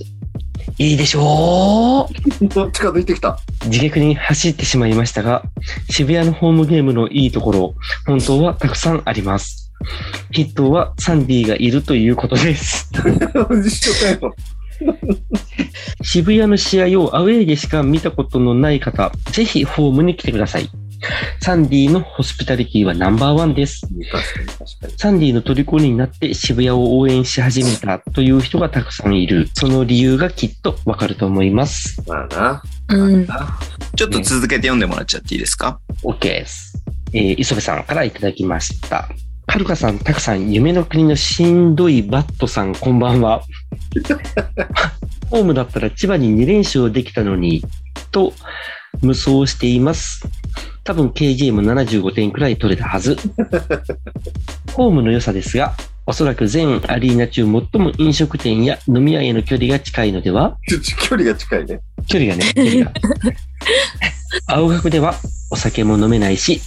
いいでしょう
近づいてきた。
自虐に走ってしまいましたが、渋谷のホームゲームのいいところ、本当はたくさんあります。筆頭はサンディがいるということです。
一緒だよ。
渋谷の試合をアウェイでしか見たことのない方、ぜひホームに来てください。サンディのホスピタリティはナンバーワンです。
確かに、確かに。
サンディの虜になって渋谷を応援し始めたという人がたくさんいる。その理由がきっとわかると思います。
まあな。
うん。
ちょっと続けて読んでもらっちゃっていいですか。
OK です。えー磯部さんからいただきました。はるかさん、たくさん、夢の国のしんどいバットさん、こんばんは。ホームだったら千葉に2連勝できたのに、と、無双しています。多分 KJ も75点くらい取れたはず。ホームの良さですが、おそらく全アリーナ中最も飲食店や飲み屋への距離が近いのでは
ちょちょ距離が近いね。
距離がね、距 離が。青学ではお酒も飲めないし、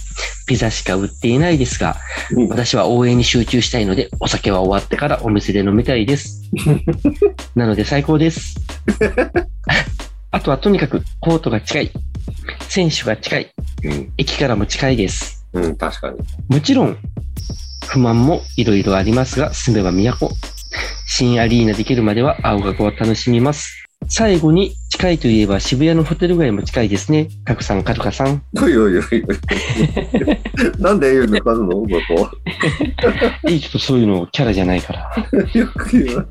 ピザしか売っていないですが、
うん
私は応援に集中したいので、お酒は終わってからお店で飲みたい です。なので最高です。あとはとにかくコートが近い。選手が近い。
うん。
駅からも近いです。
うん、確かに。
もちろん、不満もいろいろありますが、住めば都。新アリーナできるまでは青学を楽しみます。最後に、近いといえば渋谷のホテル街も近いですね。たくさん、カルカさん。
おいおいおいおい。なんで言うのかのここ。
いいちょっとそういうのキャラじゃないから。
よく言う。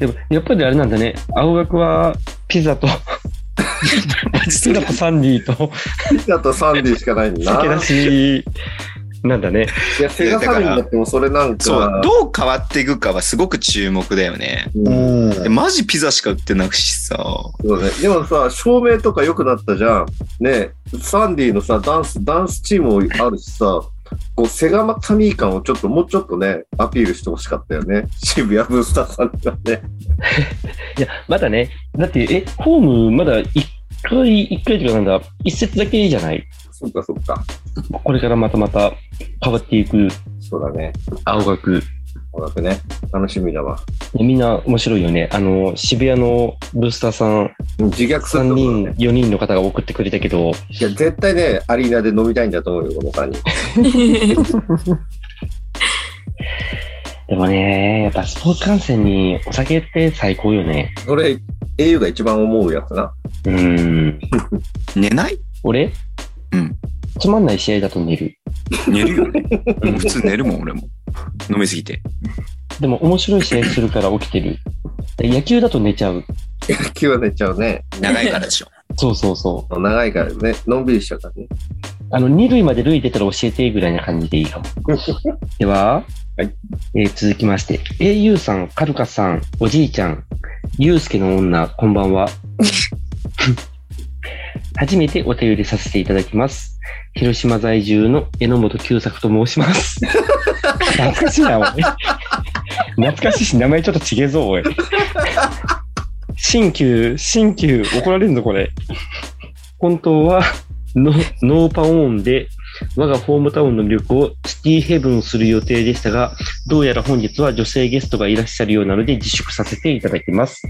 でも、やっぱりあれなんだね。青学は、ピザ と、ピザとサンディと、
ピザとサンディしかないんだ
酒
な
出。し、なんだね。
いや、セガサミーになってもそれなんか。
そう。どう変わっていくかはすごく注目だよね。
うん
でマジピザしか売ってなくしさ。
そうね。でもさ、照明とか良くなったじゃん。ねサンディのさ、ダンス、ダンスチームもあるしさ、こう、セガマサミー感をちょっと、もうちょっとね、アピールしてほしかったよね。渋谷ブースターさんがね。
いや、まだね。だって、え、ホーム、まだ一回、一回というかなんだ、一節だけじゃない
そっかそっか。
これからまたまた変わっていく
そうだね。
青学。
音楽ね。楽しみだわ。
みんな面白いよね。あの、渋谷のブースターさん
うん自虐する
3
とこ
人、
ね。
4人の方が送ってくれたけど、
いや、絶対ね、アリーナで飲みたいんだと思うよ、この3人。
でもね、やっぱスポーツ観戦にお酒って最高よね。
それ、au が一番思うやつな。
うーん。
寝ない
俺
うん。
つまんない試合だと寝る。
寝るよね。もう 普通寝るもん、俺も。飲みすぎて。
でも面白い試合するから起きてる。で野球だと寝ちゃう。
野球は寝ちゃうね。
長いからで しょ。
そうそうそう。
長いからね、のんびりしちゃうからね。
あの、2塁まで塁出たら教えてぐらいな感じでいいか も。では、
はい
えー続きまして、au さん、カルカさん、おじいちゃん、ゆうすけの女、こんば んは。初めてお便りさせていただきます。広島在住の榎本久作と申します。懐かしいな、 おい。懐かしいし、名前ちょっとちげえぞ、おい。新旧、新旧、怒られるぞ、これ。本当は、ノノーパオーンで我がホームタウンの魅力をシティヘブンする予定でしたが、どうやら本日は女性ゲストがいらっしゃるようなので自粛させていただきます。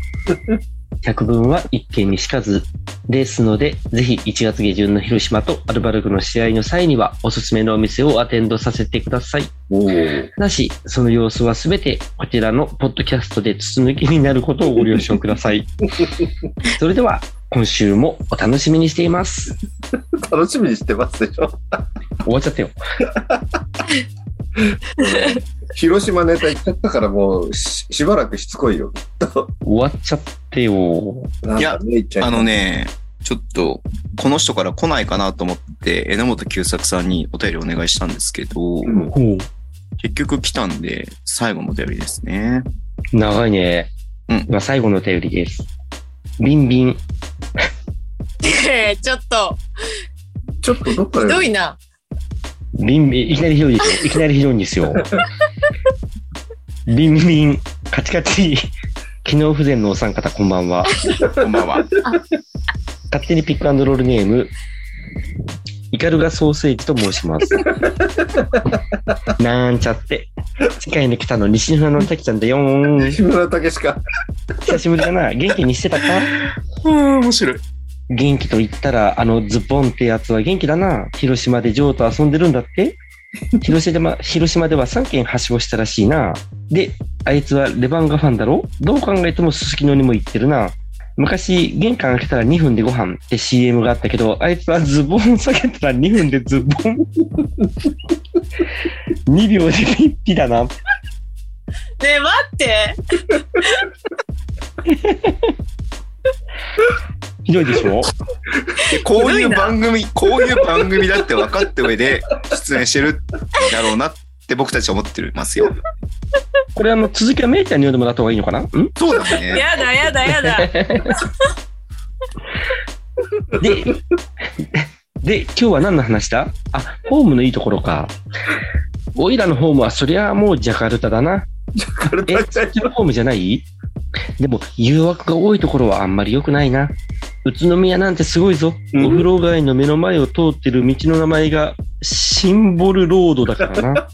百聞は一見にしかずですので、ぜひ1月下旬の広島とアルバルクの試合の際にはおすすめのお店をアテンドさせてください。
おー
ただし、その様子はすべてこちらのポッドキャストで筒抜けになることをご了承ください。それでは、今週もお楽しみにしています。
楽しみにしてますでしょ。
終わっちゃったよ。
広島ネタ行っちゃったからもうししばらくしつこいよ。
終わっちゃってよ。
なん
いや
かね、いっちゃ
あ
い
のね、ちょっと、この人から来ないかなと思って、榎本久作さんにお便りお願いしたんですけど、
うん
ほう。
結局来たんで、最後のお便りです ね。
長いね。
うん
今最後のお便りです。ビンビン。
ちょっと、
ちょっとどっか
ひど
で
いな。
ビンビン。いきなりひどいでしょ。いきなりひどいんです よ。ビンビン。カチカチ。機能不全のお三方、こんばんは。
こんばんは。
勝手にピックアンドロールネーム、イカルガソーセージと申し ます。なんちゃって。世界の北の西村の滝ちゃんだよーん。
西村武しか。
久しぶりだな。元気にしてたか
うん、面白い。
元気と言ったら、あのズボンってやつは元気だな。広島でジョーと遊んでるんだって広島広島では3軒はしごしたらしいな。で、あいつはレバンガファンだろどう考えてもすすきのにも行ってるな。昔、玄関開けたら2分でご飯って CM があったけど、あいつはズボン下げたら2分でズボン。2秒でピッピだな。
ねえ、待って。
ひどいでしょ
でこ
ひ
う
ど
い
いうな
番組、 こういう番組だって分かった上で出演してるだろうなって僕たちは思ってますよ。
これあの、続きはメイちゃんに読んでもらった方がいいのかなん
そうだね。
やだやだやだ。
で、で、今日は何の話だあ、ホームのいいところか。おいらのホームはそりゃあもうジャカルタだな。え、そっちのホームじゃないでも誘惑が多いところはあんまり良くないな。宇都宮なんてすごいぞ。
うん
お風呂街の目の前を通ってる道の名前がシンボルロードだから な。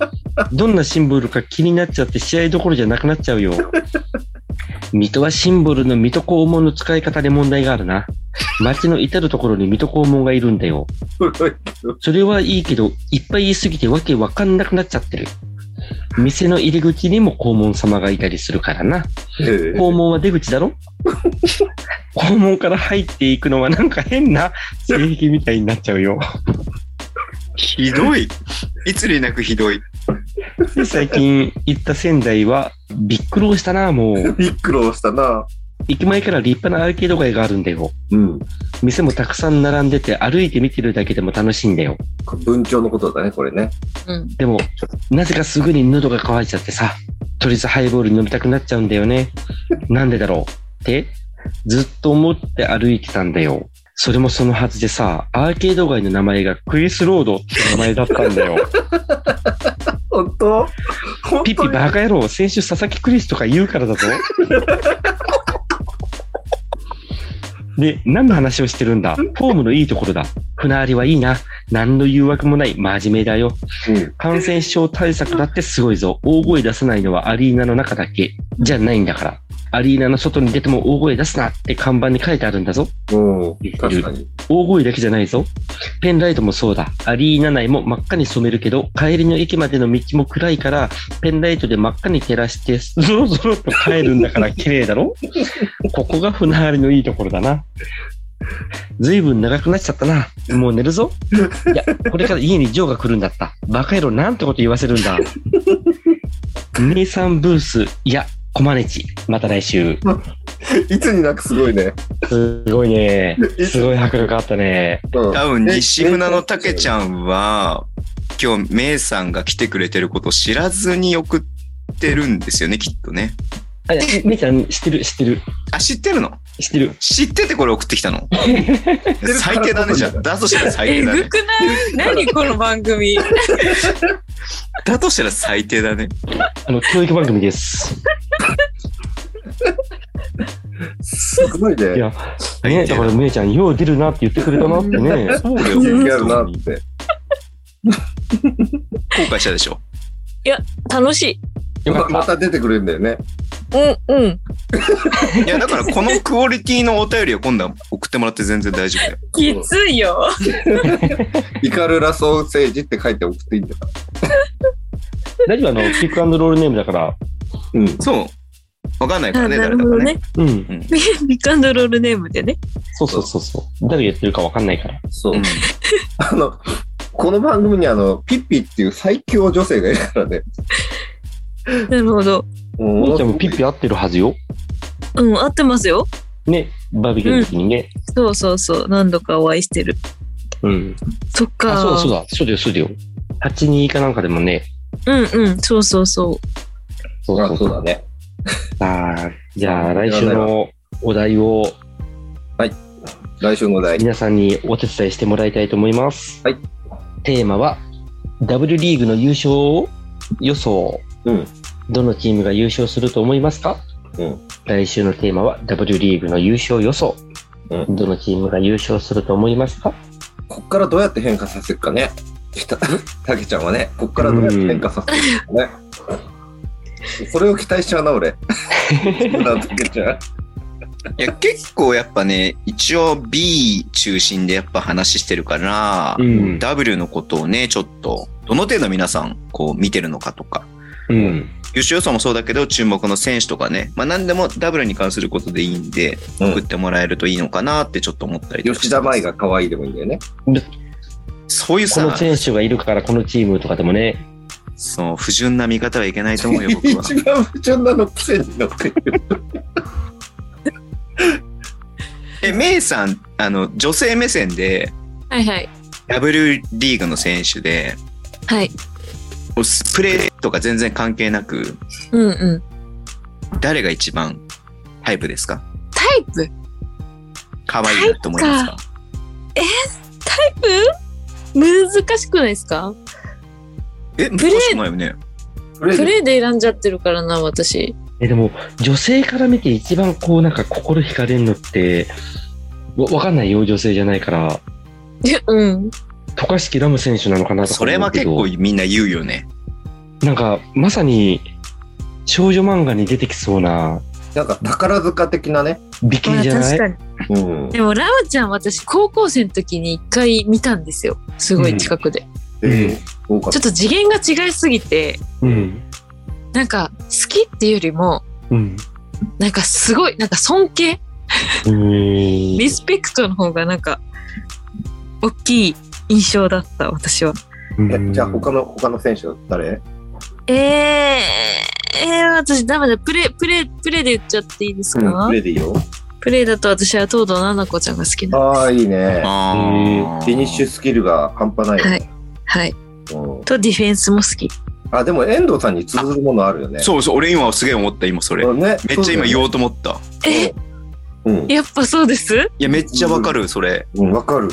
どんなシンボルか気になっちゃって試合どころじゃなくなっちゃうよ。水戸はシンボルの水戸黄門の使い方で問題があるな。街の至るところに水戸黄門がいるんだよ。それはいいけど、いっぱい言いすぎてわけわかんなくなっちゃってる。店の入り口にも黄門様がいたりするからな。
え
肛門は出口だろ肛門から入っていくのはなんか変な性癖みたいになっちゃうよ。
ひどい。いつになくひどい。
で最近行った仙台はびっくりしたな、も
ー
う。
びっくろしたな。
駅前から立派なアーケード街があるんだよ。
うん。
店もたくさん並んでて歩いて見てるだけでも楽しいんだよ。
文鳥のことだね、これね。
うん。
でも、なぜかすぐに喉が渇いちゃってさ、とりあえずハイボール飲みたくなっちゃうんだよね。なんでだろうって、ずっと思って歩いてたんだよ。それもそのはずでさ、アーケード街の名前がクリスロードって名前だったんだよ。
本当本
ピッ
当
ピ
に
バカ野郎、先週佐々木クリスとか言うからだぞ。で、何の話をしてるんだホームのいいところだ。船ありはいいな。何の誘惑もない。真面目だよ。
うん
感染症対策だってすごいぞ。大声出さないのはアリーナの中だけじゃないんだから。アリーナの外に出ても大声出すなって看板に書いてあるんだぞ。
うん。確か に。
大声だけじゃないぞ。ペンライトもそうだ。アリーナ内も真っ赤に染めるけど、帰りの駅までの道も暗いから、ペンライトで真っ赤に照らして、ゾロゾロと帰るんだから綺麗だろここが船張りのいいところだな。ずいぶん長くなっちゃったな。もう寝るぞ。いや、これから家にジョーが来るんだった。バカ野郎、なんてこと言わせるんだ。姉さんブース、いや、コマネチ。また来週。
いつになくすごいね。
すごいね。すごい迫力あったね。
うん
多分、西船のたけちゃんは、今日、めいさんが来てくれてることを知らずに送ってるんですよね、きっとね。
あ、いやめいちゃん、知ってる、知ってる、
あ、知ってるの
知ってる。
知っててこれ送ってき たの最低だね、じゃあ。だとしたら最
え
低だ
ぐ
ね。
くない何この番組。
だとしたら最低だね。
あの、教育番組 です。
すごいね。
いや、ね、だからめいちゃん、よう出るなって言ってくれたなってね。
そうだよ
勇気あるなっ
後
て。
悔したでしょ。
楽し
よか
ま
った
また出てくれるんだよね。
い。うんうん。
いや、だからこのクオリティのお便りを今度は送ってもらって全然大丈夫だよ。
きついよ。
イカルラソーセージって書いて送っていいんだから。
大丈夫あの、ピックアンドロールネームだから。
うん。
そう。わかんないからね、
なる
誰だ
ほ
か
ど
ね。
ね。
うん。
ビカンドロールネームでね。
そうそうそうそう。誰が言ってるかわかんないから。
そう。
うん
あの、この番組にあの、ピッピっていう最強女性がいるからね。
なるほど。
も
め
う
いちゃんもピッピ合ってるはずよ。
うん、合ってますよ。
ね、バーベキューの時にね。
そうそうそう。何度かお会いしてる。
うん。
そっか。
あ、そうだそうだ。そうだよ、そうだよ。8、2かなんかでもね。
うんうん。そうそうそ
そ
あそうだ。ね。
さあ、じゃあ来週のお題を
来週のお題。
皆さんにお手伝いしてもらいたいと思います。
はい。
テーマは、W リーグの優勝予想。
うん。
どのチームが優勝すると思いますか
うん。
来週のテーマは W リーグの優勝予想。
うん
どのチームが優勝すると思いますか
こっからどうやって変化させるかね。きた たけちゃんはね、こっからどうやって変化させるかね。それを期待しちゃうな、俺。たけちゃん。
いや、結構やっぱね、一応 B 中心でやっぱ話してるから、
ん。
W のことをね、ちょっと、どの程度皆さん、こう見てるのかとか、
うん。
優勝予想もそうだけど、注目の選手とかね、まあ何でも W に関することでいいんで、
うん
送ってもらえるといいのかなってちょっと思ったりとか
吉田麻衣が可愛いでもいいんだよね。
そういう
この
さ、
選手がいるからこのチームとかでもね。
その不純な見方はいけないと思うよ、僕 は。
一番不純なのくせに乗ってくる。
え、メイさん、あの、女性目線で、
う。はいはい。
W リーグの選手で、
はい。
プレーとか全然関係なく、
うんうん。
誰が一番タイプですか
タイプ
可愛いなと思いますか
タイプ難しくないですか
え、難
プレー
しくないよね。
プレ
プ
ーで
レーで選んじゃってるからな、私。
え、でも、女性から見て一番こうなんか心惹かれるのって、わわかんないよ、女性じゃないから。
うん。
渡嘉敷ラム選手なのかなとか
それは結構みんな言うよね。
なんか、まさに、少女漫画に出てきそうな
なんか宝塚的なね。
美形じゃない、
に。
うん。
でも、ラムちゃん、私、高校生の時に一回見たんですよ。すごい近くで。
えー多かっ
ちょ
た
っと次元が違いすぎて、
うん。
なんか、好きっていうよりも、
うん。
なんかすごい、なんか尊敬
うーん
リスペクトの方が、なんか、大きい印象だった、私は。
うん
えじゃあ他の他の選手誰
えー、えー、私、ダメだ。プレ、プレ、プレで言っちゃっていいですか、
うん、プレディよ。
プレイだと私は東堂奈々子ちゃんが好きな。
ああ、いいね。
あー
フィニッシュスキルが半端ないよね。
はい。
うん
とディフェンスも好き。
あ、でも遠藤さんに通ずるものあるよね。
そうそう、俺今すげえ思った、今それ。
う。ね、
めっちゃ今言
よ
おうと思った。
え、
うん。
やっぱそうです
いや、めっちゃわかる、それ。
うん、わかる。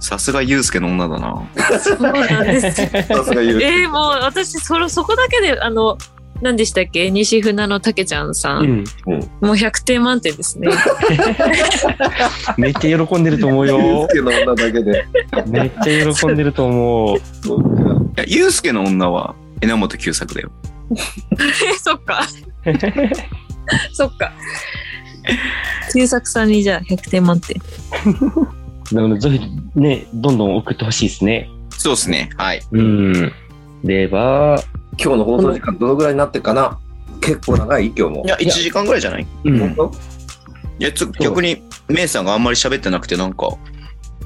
さすがユうスケの女だな。
そうなんです。
さすが言う。
えー、もう私、それ、そこだけで、あの、何でしたっけ西船のたけちゃんさ。
うんん。
もう100点満点ですね。
めっちゃ喜んでると思う
ユ ー
よ
ス。ケの女だけで。
めっちゃ喜んでると思う。
そうだよ
いや、ユうスケの女は榎本久作だよ。
えそっか。そっか。旧作さんにじゃあ100点満点。
なので、ぜひ、ね、どんどん送ってほしいですね。
そうですね。はい。
うん。では、
今日の放送時間どのぐらいになってるかな結構長い今日も
い。や、1時間ぐらいじゃない
うん
本当
いや、ちょ逆にメイさんがあんまり喋ってなくて、なんか、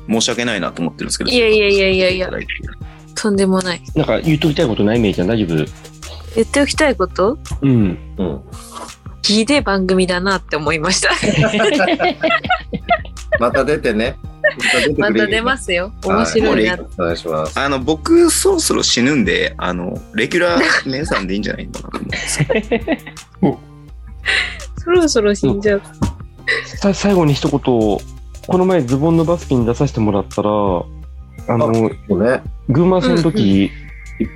申し訳ないなと思ってるんですけど。
いやいやいやいやいや
それから
とんでもない
なんか言っときたいことないメイちゃん大丈夫
言っておきたいこと
うん。
うん。
ひでえ番組だなって思いました
また出てね。また出てくれ
また出
るように
ますよ面白いな
は
お願いします。
あの、僕、そろそろ死ぬんで、あの、レギュ ラーメイさんでいいんじゃないかなと思うんですけど。
そろそろ死んじゃう
さ最後に一言、この前ズボンのバスケに出させてもらったら、あの、
そうね。
群馬戦の時、
いっ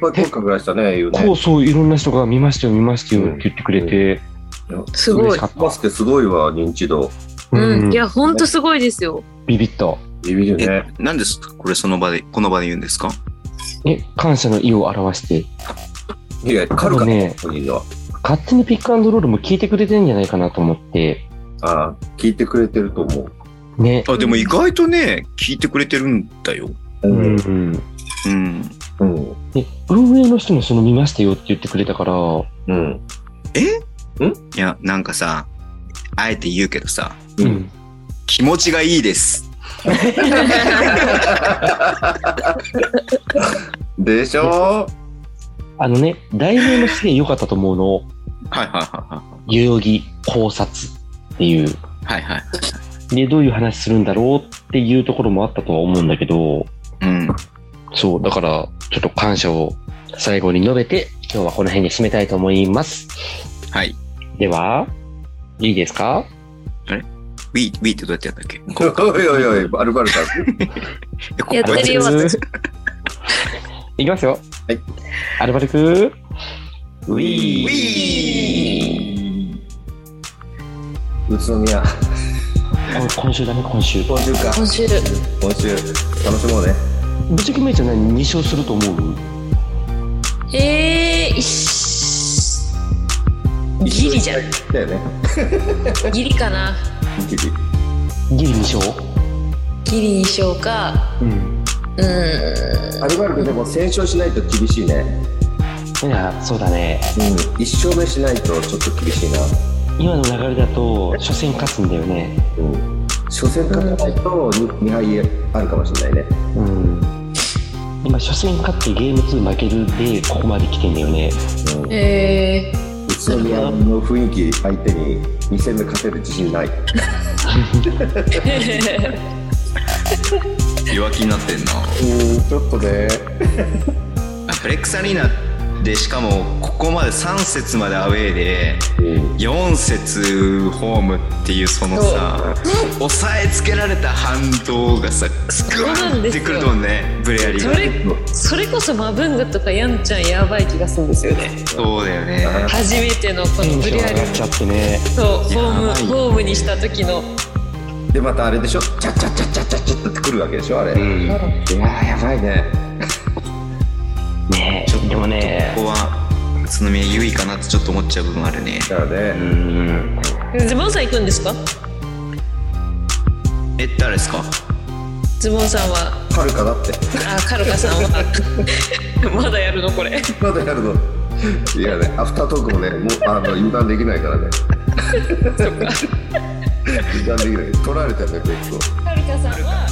ぱい声かけらしたね、言うね。
こうそういろんな人が見ましたよ見ましたよって言ってくれて、
す
嬉
ごい
しかっ
バスケすごいわ、認知度。
た。
うん、い
ビ
やほんとすごいですよ
ビった。
ビビる
え
ね。、
なんですかこれ、その場で、この場で言うんですか
え、感謝の意を表して、
いや、カルカ
あのね
本人は。
勝手にピックアンドロールも聞いてくれてんじゃないかなと思って、
ああ、聞いてくれてると思
ね。
あ、でも意外とね、聞いてくれてるんだよ。
う。
うん。うん。
うん。
うん。
で、運営の人もその見ましたよって言ってくれたから、
うん。
いや、なんかさ、あえて言うけどさ、
う。
うんん。
気持ちがいいです。
でしょ
あのね、題名もすげえ良かったと思うの。
はいはいは
代々木考察っていう。
いはい。はいはい。
で、どういう話するんだろうっていうところもあったとは思うんだけど、
うん。
そう、だから、ちょっと感謝を最後に述べて、今日はこの辺で締めたいと思います。
はい。
では、いいですか
Wii、Wii ってどうやってやったっけ
おいおいおい、アルバルカ。
やってるよ私
いきますよ。
はい。
アルバルクウ
Wii!
ィー
Wii!
宇都宮。
今週だね、今週。
今週か。
今週
今週、楽しもうね。
ぶっちゃけめいちゃん何2勝すると思う
えーいっしギリじゃん
だよね。
ギリかな
ギリ。
ギリ2勝
ギリにしようか
うん。
うーん
アルバルクでも戦勝しないと厳しいね。
いや、そうだね。
うん。一勝目しないとちょっと厳しいな。
今の流れだと、初戦勝つんだよね。
うん。初戦勝たないと2敗あるかもしれないね。
うん。今、初戦勝ってゲーム2負けるで、ここまで来てんだよね。
うん。
え ー
宇都宮の雰囲気相手に2戦目勝てる自信ない。
弱気になってんな。
うん、ちょっとね。
あフレックスアリーナでしかもここまで3節までアウェーで
うん。
4節ホームっていうそのさ押さえつけられた反動がさスクワンってくるもんねブレアリー
そ
が
れそれこそマブングとかヤンちゃんやばい気がするんですよね
そうだよね
初めてのこ
テ
の
ン
ブ
ション
リア
上
リ
がっちゃってね。
とホー
や
ム
ばいよ
ホームにした時の
で、またあれでしょチャッチャッチャッチャッチャッチャッってくるわけでしょあれ。い
うん
やー、やばいね。
ねえ、でもね
こ、こは宇都宮優位かなってちょっと思っちゃう部分あるね
だから
う
ね。
ん。
ズボンさん行くんですか
え誰ですか
ズボンさんは
はるかだって。
あカルカさんは まだやるのこれ
まだやるの。いやね、アフタートークもね、もうあの油断できないからね。油断できない。取られたよね、結構。
カルカさんは